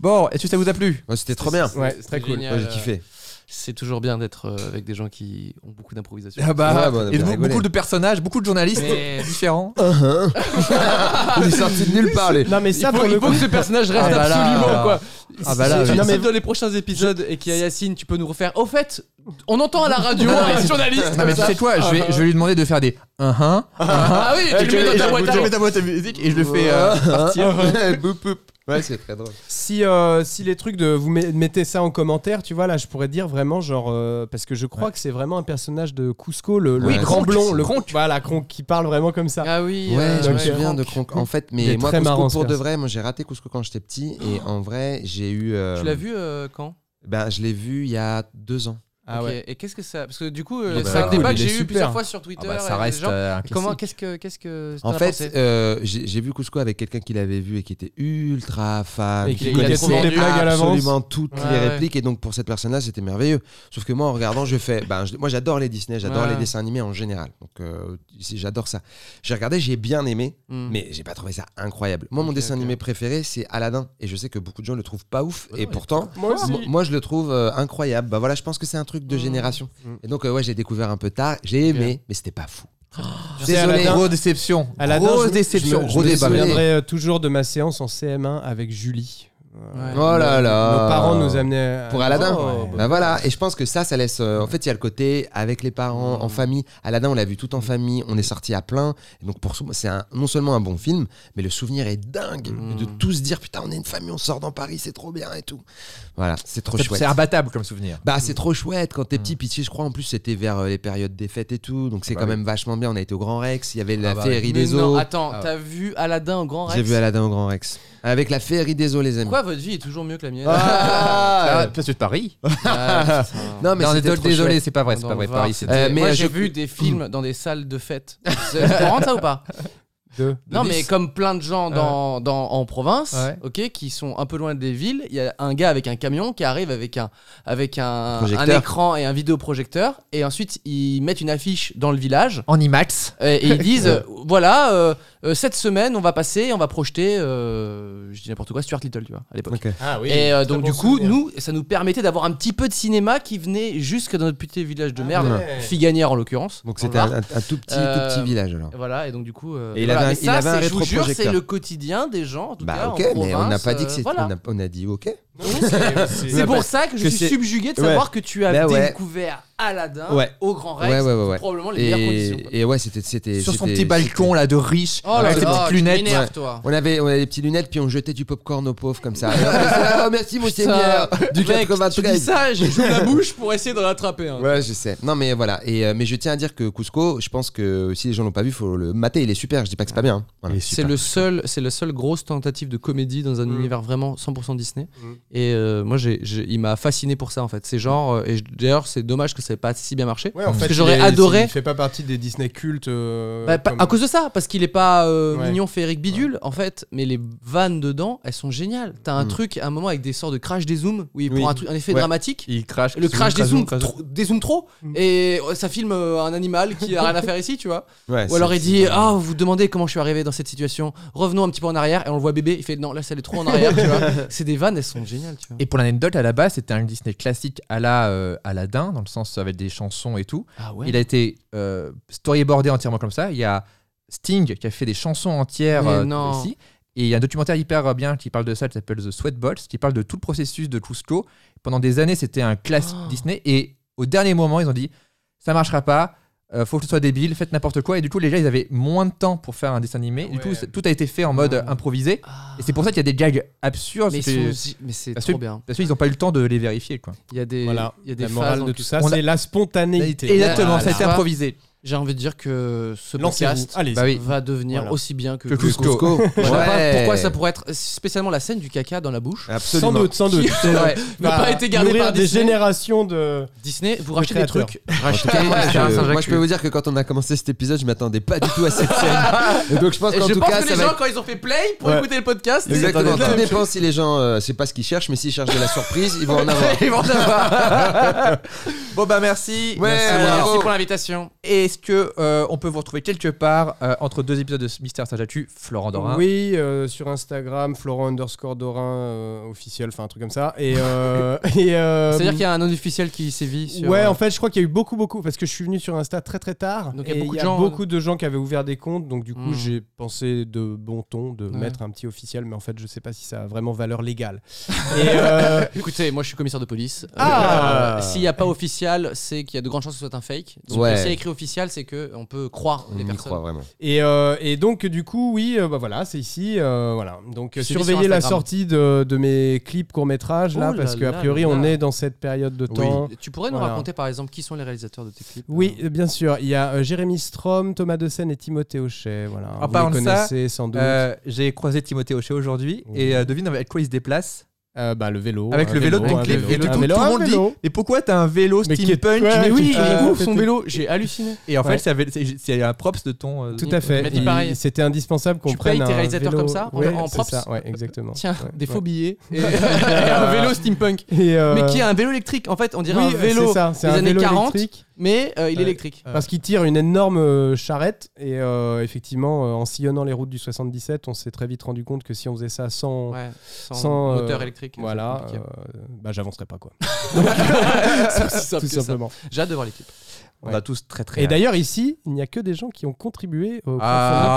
Bon, est-ce que ça vous a plu C'était trop bien. Ouais, c'est très cool. génial. Moi j'ai kiffé. c'est toujours bien d'être euh, avec des gens qui ont beaucoup d'improvisation. Ah bah, Ouais, bah, on a et bien be- rigolé. beaucoup de personnages, beaucoup de journalistes Mais- différents. Il est sorti de nulle part, lui. Non, mais ça, il faut, pour le il faut coup. que ce personnage reste Ah bah là. absolument quoi. Ah bah là, Si- oui. si Non, mais- dans les prochains épisodes et qu'il y a Yacine, tu peux nous refaire. Au fait, on entend à la radio un journaliste. Non, mais tu sais quoi, je vais, je vais lui demander de faire des un un. Ah oui, tu le mets dans ta boîte à mets Euh, dans boîte à musique et je le fais euh, hein. partir. Boup, boup. Ouais, c'est très drôle. Si, euh, si les trucs de vous met- mettez ça en commentaire, tu vois là, je pourrais dire vraiment genre euh, parce que je crois que c'est vraiment un personnage de Cusco, le, le Oui, grand Kronk. blond, le Kronk. Voilà, Kronk qui parle vraiment comme ça. Ah oui. Ouais, euh, je me ouais. souviens de Kronk. En fait, Il est mais moi, très Cusco, marrant, ce pour de perso. vrai, moi j'ai raté Cusco quand j'étais petit. Et en vrai, j'ai eu. euh, Tu l'as vu euh, quand Ben, je l'ai vu il y a deux ans. Ok, Et qu'est-ce que ça Parce que du coup, Il est euh, c'est très un débat cool, que il est j'ai eu super. plusieurs fois sur Twitter. Ah bah, ça et les reste gens, euh, un classique. Comment Qu'est-ce que qu'est-ce que t'en En as fait, pensé euh, j'ai j'ai vu Cusco avec quelqu'un qui l'avait vu et qui était ultra fan. Et qui qui il a connaît trop toutes les vendu. blagues à l'avance. absolument toutes Ouais, les ouais. répliques et donc pour cette personne là c'était merveilleux sauf que moi en regardant je fais ben je- moi j'adore les Disney j'adore Ouais. les dessins animés en général donc euh, si, j'adore ça j'ai regardé j'ai bien aimé Mm. Hmm. mais j'ai pas trouvé ça incroyable moi mon Ok, dessin ok. animé préféré c'est Aladdin et je sais que beaucoup de gens le trouvent pas ouf Bah non, et il- pourtant Moi mo- moi je le trouve euh, incroyable bah voilà je pense que c'est un truc de génération Mm. et donc euh, ouais j'ai découvert un peu tard j'ai aimé mais c'était pas fou Désolé. Aladdin. Grosse déception. Aladdin, je Grosse me- déception. Je me, je gros me débat. souviendrai euh, toujours de ma séance en CM1 avec Julie. Euh, Ouais. Oh là nos- là. Nos parents nous amenaient à- Pour Aladdin. Oh, ouais. Bah voilà, et je pense que ça, ça laisse. euh, en fait, il y a le côté avec les Mm. parents, en famille. Aladdin, on l'a vu tout en famille, on est sorti à plein. Et donc, pour sou- c'est un- non seulement un bon film, mais le souvenir est dingue Mm. de tous dire putain, on est une famille, on sort dans Paris, c'est trop bien et tout. Voilà, c'est trop C'est chouette. c'est imbattable comme souvenir. Bah, c'est trop chouette quand t'es petit. Pitié, je crois, en plus, c'était vers euh, les périodes des fêtes et tout. Donc, c'est bah quand oui. même vachement bien. On a été au Grand Rex, il y avait la bah oui. féerie Mais des non, eaux. attends, Ah. t'as vu Aladdin au Grand Rex J'ai vu Aladdin au Grand Rex. Avec la féerie des eaux, les amis. Pourquoi votre vie est toujours mieux que la mienne Ah Ah, parce que Paris. Ah, putain. non, mais non, c'était désolé, trop désolé, chouette. c'est pas vrai, c'est Dans pas le vrai. Var, Paris, c'est c'était- Euh, mais Moi, j'ai je- vu des films dans des salles de fête. C'est c'est marrant, ça ou pas de- de Non, dix. mais comme plein de gens Euh. dans, dans- en province, Ouais. ok, qui sont un peu loin des villes, il y a un gars avec un camion qui arrive avec un, avec un, un Projecteur. écran et un vidéoprojecteur, et ensuite ils mettent une affiche dans le village. En IMAX. Et, et ils disent euh, voilà, euh, euh, cette semaine on va passer, et on va projeter, euh, je dis n'importe quoi, Stuart Little, tu vois, à l'époque. Ok. Ah oui. Et euh, donc bon du coup, souvenir. nous, ça nous permettait d'avoir un petit peu de cinéma qui venait jusque dans notre petit village de merde, ouais. Figanière en l'occurrence. Donc dans le c'était Var. un, un- un tout petit, Euh, tout petit village alors. Voilà, et donc du coup. euh, Et il voilà. avait un- Mais il ça, avait un c'est- je vous jure, rétroprojecteur. c'est le quotidien des gens, en tout cas. Bah ok, en mais on n'a province, pas dit que euh, c'était. voilà. on a- On a dit ok. Non, c'est- c'est- C'est bah, pour ça que je que suis c'est- subjugué de Ouais. savoir que tu as Bah ouais. découvert Aladdin Ouais. au Grand Rex. Ouais, ouais, ouais, ouais. Probablement les meilleures conditions. quoi. Et, et ouais, c'était. c'était- Sur son c'était- petit balcon là de riche. Ah Oh là avec ses là, petites tu lunettes. m'énerves, ouais. toi. On avait, on avait des petites lunettes, puis on jetait du popcorn aux pauvres comme ça. Et on faisait, Ah, merci, mon seigneur Du Mec, tu dis 93 ça, j'ai joué la bouche pour essayer hein. d'en attraper un. Ouais, je sais. Non, mais voilà. Et, euh, mais je tiens à dire que Cusco, je pense que si les gens l'ont pas vu, faut le mater. Il est super. Je dis pas que c'est pas bien. hein. Voilà. C'est le seul, c'est la seule grosse tentative de comédie dans un univers vraiment 100% Disney. Mm. Et euh, moi, j'ai- j'ai- il m'a fasciné pour ça en fait. C'est genre, euh, et je- d'ailleurs, c'est dommage que ça n'ait pas si bien marché. Ouais, en Parce fait, que j'aurais il est- adoré- Il fait pas partie des Disney cultes. euh, Bah, pas- comme- À cause de ça, parce qu'il est pas euh, Ouais. mignon, féerique, bidule, en fait. Mais les vannes dedans, elles sont géniales. T'as un truc, à un moment, avec des sorts de crash des zooms, où il Oui. prend un, truc- un effet Ouais. dramatique. Il crache. Le crash des zooms, crash- trop, des zooms trop, et euh, ça filme euh, un animal qui a rien à faire ici, tu vois. Ouais, Ou alors c'est- il dit Ah, vous vous demandez comment je suis arrivé dans cette situation, revenons un petit peu en arrière, et on le voit bébé, il fait Non, là, ça allait trop en arrière, tu vois. C'est des vannes, elles sont géniales, tu vois. Et pour l'anecdote, à la base, c'était un Disney classique à la euh, Aladdin, dans le sens avec des chansons et tout. Ah ouais Il a été euh, storyboardé entièrement comme ça. Il y a Sting qui a fait des chansons entières Mais euh, non. ici. Et il y a un documentaire hyper euh, bien qui parle de ça, qui s'appelle The Sweatbots, qui parle de tout le processus de Cusco. Pendant des années, c'était un classique Oh. Disney. Et au dernier moment, ils ont dit ça marchera pas, euh, faut que ce soit débile, faites n'importe quoi. Et du coup, les gars, ils avaient moins de temps pour faire un dessin animé. Du coup, Ouais. c'est- tout a été fait en mode euh, improvisé. Ah. Et c'est pour ça qu'il y a des gags absurdes. Mais C'était- ils sont- mais c'est Parce trop que- bien. Parce qu'ils n'ont pas eu le temps de les vérifier. Quoi. Il y a des, Voilà. il y a des La phases morale dans de le tout cul- ça, On a- c'est la spontanéité. Exactement, Voilà. ça a été improvisé. J'ai envie de dire que ce Lancez-vous. podcast Allez, Bah oui. va devenir Voilà. aussi bien que, Que Cusco. Cusco. Cusco. Je vois pas Ouais. pourquoi ça pourrait être spécialement la scène du caca dans la bouche. Absolument. sans doute, sans doute. Qui ouais, n'a Bah, pas été gardé nourrir par des Disney. générations de. Disney, vous de rachetez des créateurs. trucs. En tout cas, moi, Ouais, je, c'est un Saint-Jacques. moi, je peux vous dire que quand on a commencé cet épisode, je m'attendais pas du tout à cette scène. Et donc je pense Et qu'en je tout pense cas, que ça les va gens, être- quand ils ont fait play pour Ouais. écouter le podcast, ils Exactement. attendaient Tout de- dépend si les gens, euh, c'est pas ce qu'ils cherchent, mais s'ils cherchent de la surprise, ils vont en avoir. Ils vont en avoir. bon bah merci. Ouais, Merci. bravo. Merci pour l'invitation. Est-ce que euh, on peut vous retrouver quelque part euh, entre deux épisodes de Mystère Saint-Jatu, Florent Dorin Oui, euh, sur Instagram, Florent underscore Dorin euh, officiel, enfin un truc comme ça. Et. euh, et, euh, C'est-à-dire qu'il y a un non-officiel qui sévit sur. Ouais, euh, en fait, je crois qu'il y a eu beaucoup, beaucoup, parce que je suis venu sur Insta très, très tard. Donc, il y a et beaucoup il y de a gens- beaucoup de gens qui avaient ouvert des comptes, donc du coup, Mm. j'ai pensé de bon ton de Ouais. mettre un petit officiel, mais en fait, je sais pas si ça a vraiment valeur légale. et euh, Écoutez, moi je suis commissaire de police. Euh, Ah. euh, S'il n'y a pas official, c'est qu'il y a de grandes chances que ce soit un fake. Donc Ouais. si c'est écrit officiel, c'est que on peut croire On les y personnes. croit vraiment. Et, euh, et donc, du coup, oui, euh, bah voilà, c'est ici. euh, voilà. Donc, euh, Suivi sur surveillez la Instagram. sortie de, de mes clips courts-métrages, là, Oh là parce qu'a là priori, là. on est dans cette période de temps. Tu pourrais nous Hein. Voilà. raconter par exemple qui sont les réalisateurs de tes clips Oui, euh, bien sûr. Il y a euh, Jérémy Strom, Thomas Dessen et Timothée Hochet. Voilà. En Vous parlant les de ça, connaissez sans doute. Euh, J'ai croisé Timothée Hochet aujourd'hui Oui. et euh, devine avec quoi il se déplace Euh, bah, le vélo. Avec un le vélo de ton un clip. vélo, Et du un coup, vélo, tout le un monde dit vélo. Mais pourquoi t'as un vélo Mais qui est- steampunk ouais, Mais oui, tout Euh, à il est fait. ouf. son vélo, j'ai halluciné. Et en fait, Ouais. ça avait- c'est c'est un props de ton. euh, Tout à fait. Mais dis Il- pareil. C'était indispensable qu'on Tu prenne payes tes un réalisateurs vélo- comme ça, en- Ouais, en c'est props ça, ouais, exactement. Tiens, Ouais, des ouais. faux billets et, et un vélo steampunk. Et, euh, Mais qui a un vélo électrique En fait, on dirait oui, un vélo c'est ça, c'est des un années vélo 40, électrique. mais euh, il est Ouais. électrique. Parce qu'il tire une énorme euh, charrette et euh, effectivement, euh, en sillonnant les routes du 77, on s'est très vite rendu compte que si on faisait ça sans, Ouais, sans, Sans, euh, moteur électrique. c'est voilà, compliqué. euh, bah j'avancerais pas quoi. C'est aussi simple Tout que ça. simplement. J'ai hâte de voir les clips. On Ouais. a tous très très. Et d'ailleurs ici, il n'y a que des gens qui ont contribué au Ah,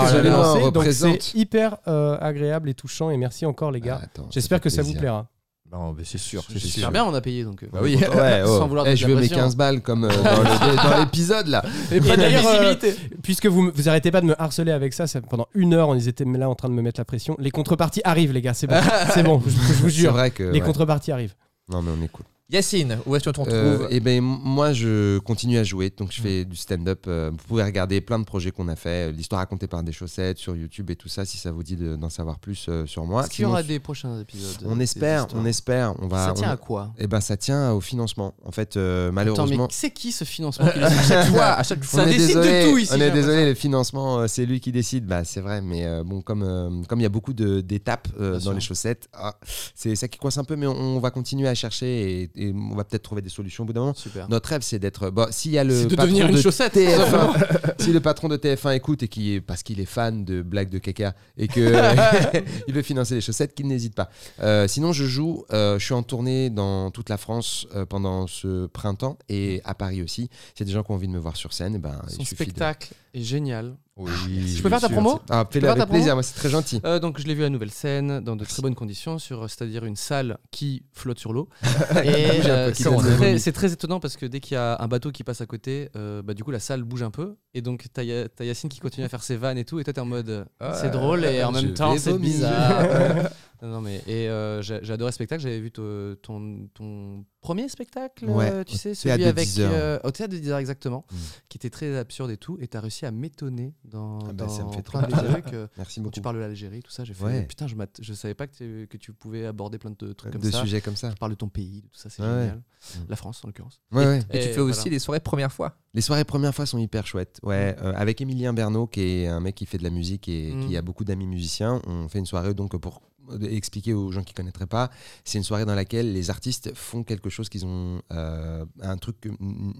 crowdfunding que là j'avais là, on lancé, donc représente. c'est hyper euh, agréable et touchant et merci encore les gars. Ah, attends, J'espère que ça vous plaisir. plaira. Non, mais c'est sûr. C'est Super sûr. bien, on a payé donc. euh, Bah oui. Ouais, Sans oh. vouloir Eh, de je veux mes pression. 15 balles comme euh, dans le- dans l'épisode là. Et pas de d'ailleurs, euh, visibilité. Puisque vous, me- vous arrêtez pas de me harceler avec ça, ça- pendant une heure, ils étaient là en train de me mettre la pression. Les contreparties arrivent, les gars, c'est bon, c'est bon, je, je vous C'est jure. vrai que. Les ouais. contreparties arrivent. Non mais on est cool. Yacine, où est-ce que tu te Euh, retrouves Eh ben moi je continue à jouer, donc je Mm. fais du stand-up. euh, vous pouvez regarder plein de projets qu'on a fait, euh, l'histoire racontée par des chaussettes sur YouTube et tout ça, si ça vous dit de- d'en savoir plus euh, sur moi. Est-ce qu'il y aura Sinon, des prochains épisodes On espère, on espère, on va. Ça tient on- à quoi Eh ben ça tient au financement. En fait, euh, Attends, mais malheureusement. c'est qui ce financement qui les- Chaque fois, à chaque Ça on est décide de désolé, tout ici, On j'ai est désolé, le financement, euh, c'est lui qui décide. Bah, c'est vrai, mais euh, bon, comme euh, comme il y a beaucoup de- d'étapes euh, Bien dans sûr. les chaussettes, ah, c'est ça qui coince un peu, mais on, on va continuer à chercher et, et on va peut-être trouver des solutions au bout d'un moment. Super. Ah. Notre rêve, c'est d'être. Bon, s'il y a le C'est de patron devenir une de chaussette. TF1, si le patron de TF1 écoute et qui est parce qu'il est fan de blagues de caca et que il veut financer les chaussettes, qu'il n'hésite pas. Euh, sinon, je joue. euh, je suis en tournée dans toute la France euh, pendant ce printemps et à Paris aussi. S'il y a des gens qui ont envie de me voir sur scène, eh ben Mm. Son il suffit de- spectacle est génial. Oui, Je peux faire ta promo Ah, peux fais-le faire ta avec promo plaisir. Moi, c'est très gentil. Euh, donc je l'ai vu à Nouvelle Scène dans de très bonnes conditions, sur euh, c'est-à-dire une salle qui flotte sur l'eau. Et Bouge un euh, peu, qui c'est donne des très, vomis. c'est très étonnant parce que dès qu'il y a un bateau qui passe à côté, euh, bah, du coup la salle bouge un peu. Et donc t'as Ya- t'as Yacine qui continue à faire ses vannes et tout, et toi t'es en mode euh, c'est drôle et en Ah, je même temps vais c'est vomir. bizarre. non, non, mais et euh, j'ai j'ai adoré le spectacle. J'avais vu to- ton, ton premier spectacle, Ouais, euh, tu au sais, théâtre celui de avec 10 heures. euh, au théâtre de 10 heures exactement, Mm. qui était très absurde et tout, et t'as réussi à m'étonner dans, Ah bah, ça dans me fait trop plein de plaisir. trucs, euh, Merci quand beaucoup. tu parles de l'Algérie, tout ça, j'ai fait Ouais. Euh, putain, je, m'att- je savais pas que, t'es- que tu pouvais aborder plein de trucs comme de ça. sujets comme ça. Tu parles de ton pays, de tout ça, c'est Ouais. génial. Mm. La France, en l'occurrence. Ouais, ouais. Et, tu Et fais aussi voilà. des soirées première fois. Les soirées première fois sont hyper chouettes. Ouais, euh, avec Emilien Bernot, qui est un mec qui fait de la musique et Mm. qui a beaucoup d'amis musiciens, on fait une soirée donc pour expliquer aux gens qui connaîtraient pas, c'est une soirée dans laquelle les artistes font quelque chose qu'ils ont euh, un truc,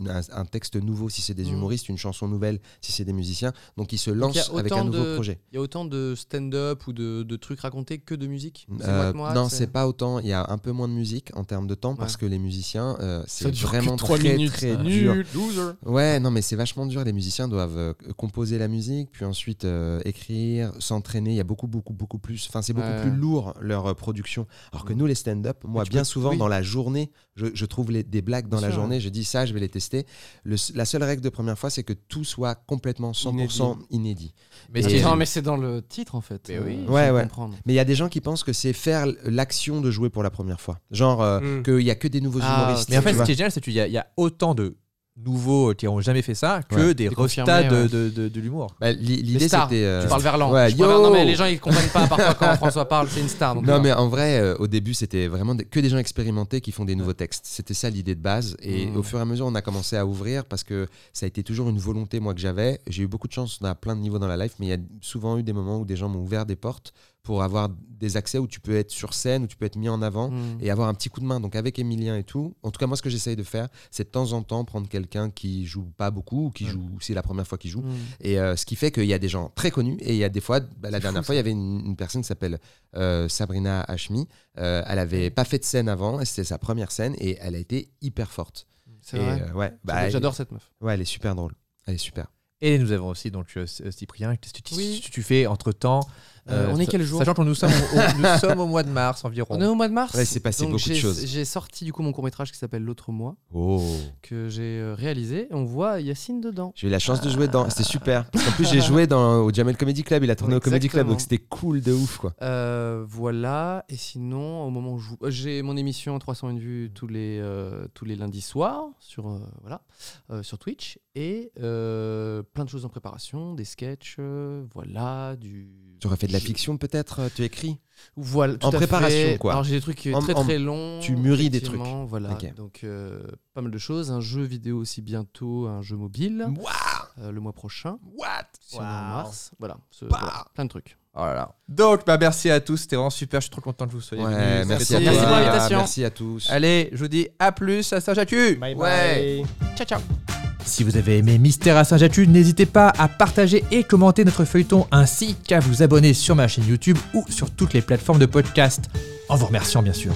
un, un texte nouveau si c'est des Mm. humoristes, une chanson nouvelle si c'est des musiciens, donc ils se Donc, il y a lancent avec un autant nouveau de- projet. Il y a autant de stand-up ou de, de trucs racontés que de musique C'est Euh, moi que moi, non, c'est pas autant. Il y a un peu moins de musique en termes de temps parce que les musiciens, euh, c'est vraiment très, très dur. Loser. Ouais, non, mais c'est vachement dur. Les musiciens doivent euh, composer la musique, puis ensuite euh, écrire, s'entraîner. Il y a beaucoup, beaucoup, beaucoup plus. Enfin, c'est beaucoup Ouais. plus lourd leur euh, production. Alors que Mm. nous, les stand-up, moi, tu bien peux- souvent, oui. dans la journée, je, je trouve les- des blagues dans Bien la sûr, journée. Je dis ça, je vais les tester. Le s- la seule règle de première fois, c'est que tout soit complètement 100% inédit. Mais Et- Non, mais c'est dans le titre, en fait. Mais oui. Euh, je Ouais, peux ouais. comprendre. Mais il y a des gens qui pensent que c'est faire l'action de jouer pour la première fois. Genre, euh, Mm. qu'il n'y a que des nouveaux Ah, humoristes. ok. Mais en tu fait, ce vois. qui est génial, c'est qu'il y, a- il y a autant de nouveaux qui n'ont jamais fait ça que Ouais. des Des restats de, confirmés, ouais. de, de- de l'humour. Bah, li- Les l'idée, stars. c'était. euh, Tu parles Verlan. Ouais, Je préfère- yo. Non, mais les gens, ils comprennent pas parfois quand François parle, c'est une star. donc hein. Non, voilà. mais en vrai, euh, au début, c'était vraiment des- que des gens expérimentés qui font des nouveaux textes. C'était ça l'idée de base. Et Mm. au fur et à mesure, on a commencé à ouvrir parce que ça a été toujours une volonté, moi, que j'avais. J'ai eu beaucoup de chance, on a plein de niveaux dans la life, mais il y a souvent eu des moments où des gens m'ont ouvert des portes pour avoir des accès où tu peux être sur scène, où tu peux être mis en avant Mm. et avoir un petit coup de main. Donc avec Emilien et tout, en tout cas moi ce que j'essaye de faire, c'est de temps en temps prendre quelqu'un qui joue pas beaucoup ou qui joue, c'est la première fois qu'il joue. Mm. Et euh, ce qui fait qu'il y a des gens très connus et il y a des fois, bah, la dernière fois, il y avait une, une personne qui s'appelle euh, Sabrina Hashmi. Euh, elle avait pas fait de scène avant, et c'était sa première scène et elle a été hyper forte. C'est Et, vrai. euh, ouais, bah, elle- J'adore cette meuf. Ouais, elle est super drôle. Elle est super. Et nous avons aussi donc euh, C- Cyprien. Qu'est-ce que tu, Oui. tu- tu fais entre temps Euh, on est quel jour Sachant que nous sommes, au, nous sommes au mois de mars environ. On est au mois de mars. Ouais, il s'est passé donc beaucoup de j'ai- choses. J'ai sorti du coup mon court métrage qui s'appelle L'autre mois. Oh. que j'ai euh, réalisé. On voit Yacine dedans. J'ai eu la chance de jouer dans. C'était super. Parce qu'en plus, j'ai joué dans, au Jamel Comedy Club. Il a tourné Ouais, au Comedy Club, exactement. donc c'était cool de ouf, quoi. Euh, voilà. Et sinon, au moment où je vous- euh, j'ai mon émission 301 vues tous les euh, tous les lundis soirs sur euh, voilà euh, sur Twitch et euh, plein de choses en préparation, des sketchs, euh, voilà du. Tu aurais fait de la Je- fiction, peut-être euh, Tu écris Voilà. tout En à fait. préparation, quoi. Alors j'ai des trucs euh, En- très en- très longs. tu mûris des effectivement, Voilà. Ok. Donc euh, pas mal de choses. Un jeu vidéo aussi bientôt, un jeu mobile euh, le mois prochain. What si on est en mars. Voilà, ce- Bah voilà, Plein de trucs. Oh là là. Donc, bah, merci à tous. C'était vraiment super. Je suis trop content que vous soyez Ouais, venus. merci Ça à fait toi. trop Merci pour plaisir. l'invitation. Merci à tous. Allez, je vous dis à plus à Saint-Jacu. Bye Ouais. bye. Ciao ciao. Si vous avez aimé Mystère à Saint-Jatu, n'hésitez pas à partager et commenter notre feuilleton ainsi qu'à vous abonner sur ma chaîne YouTube ou sur toutes les plateformes de podcast. En vous remerciant bien sûr.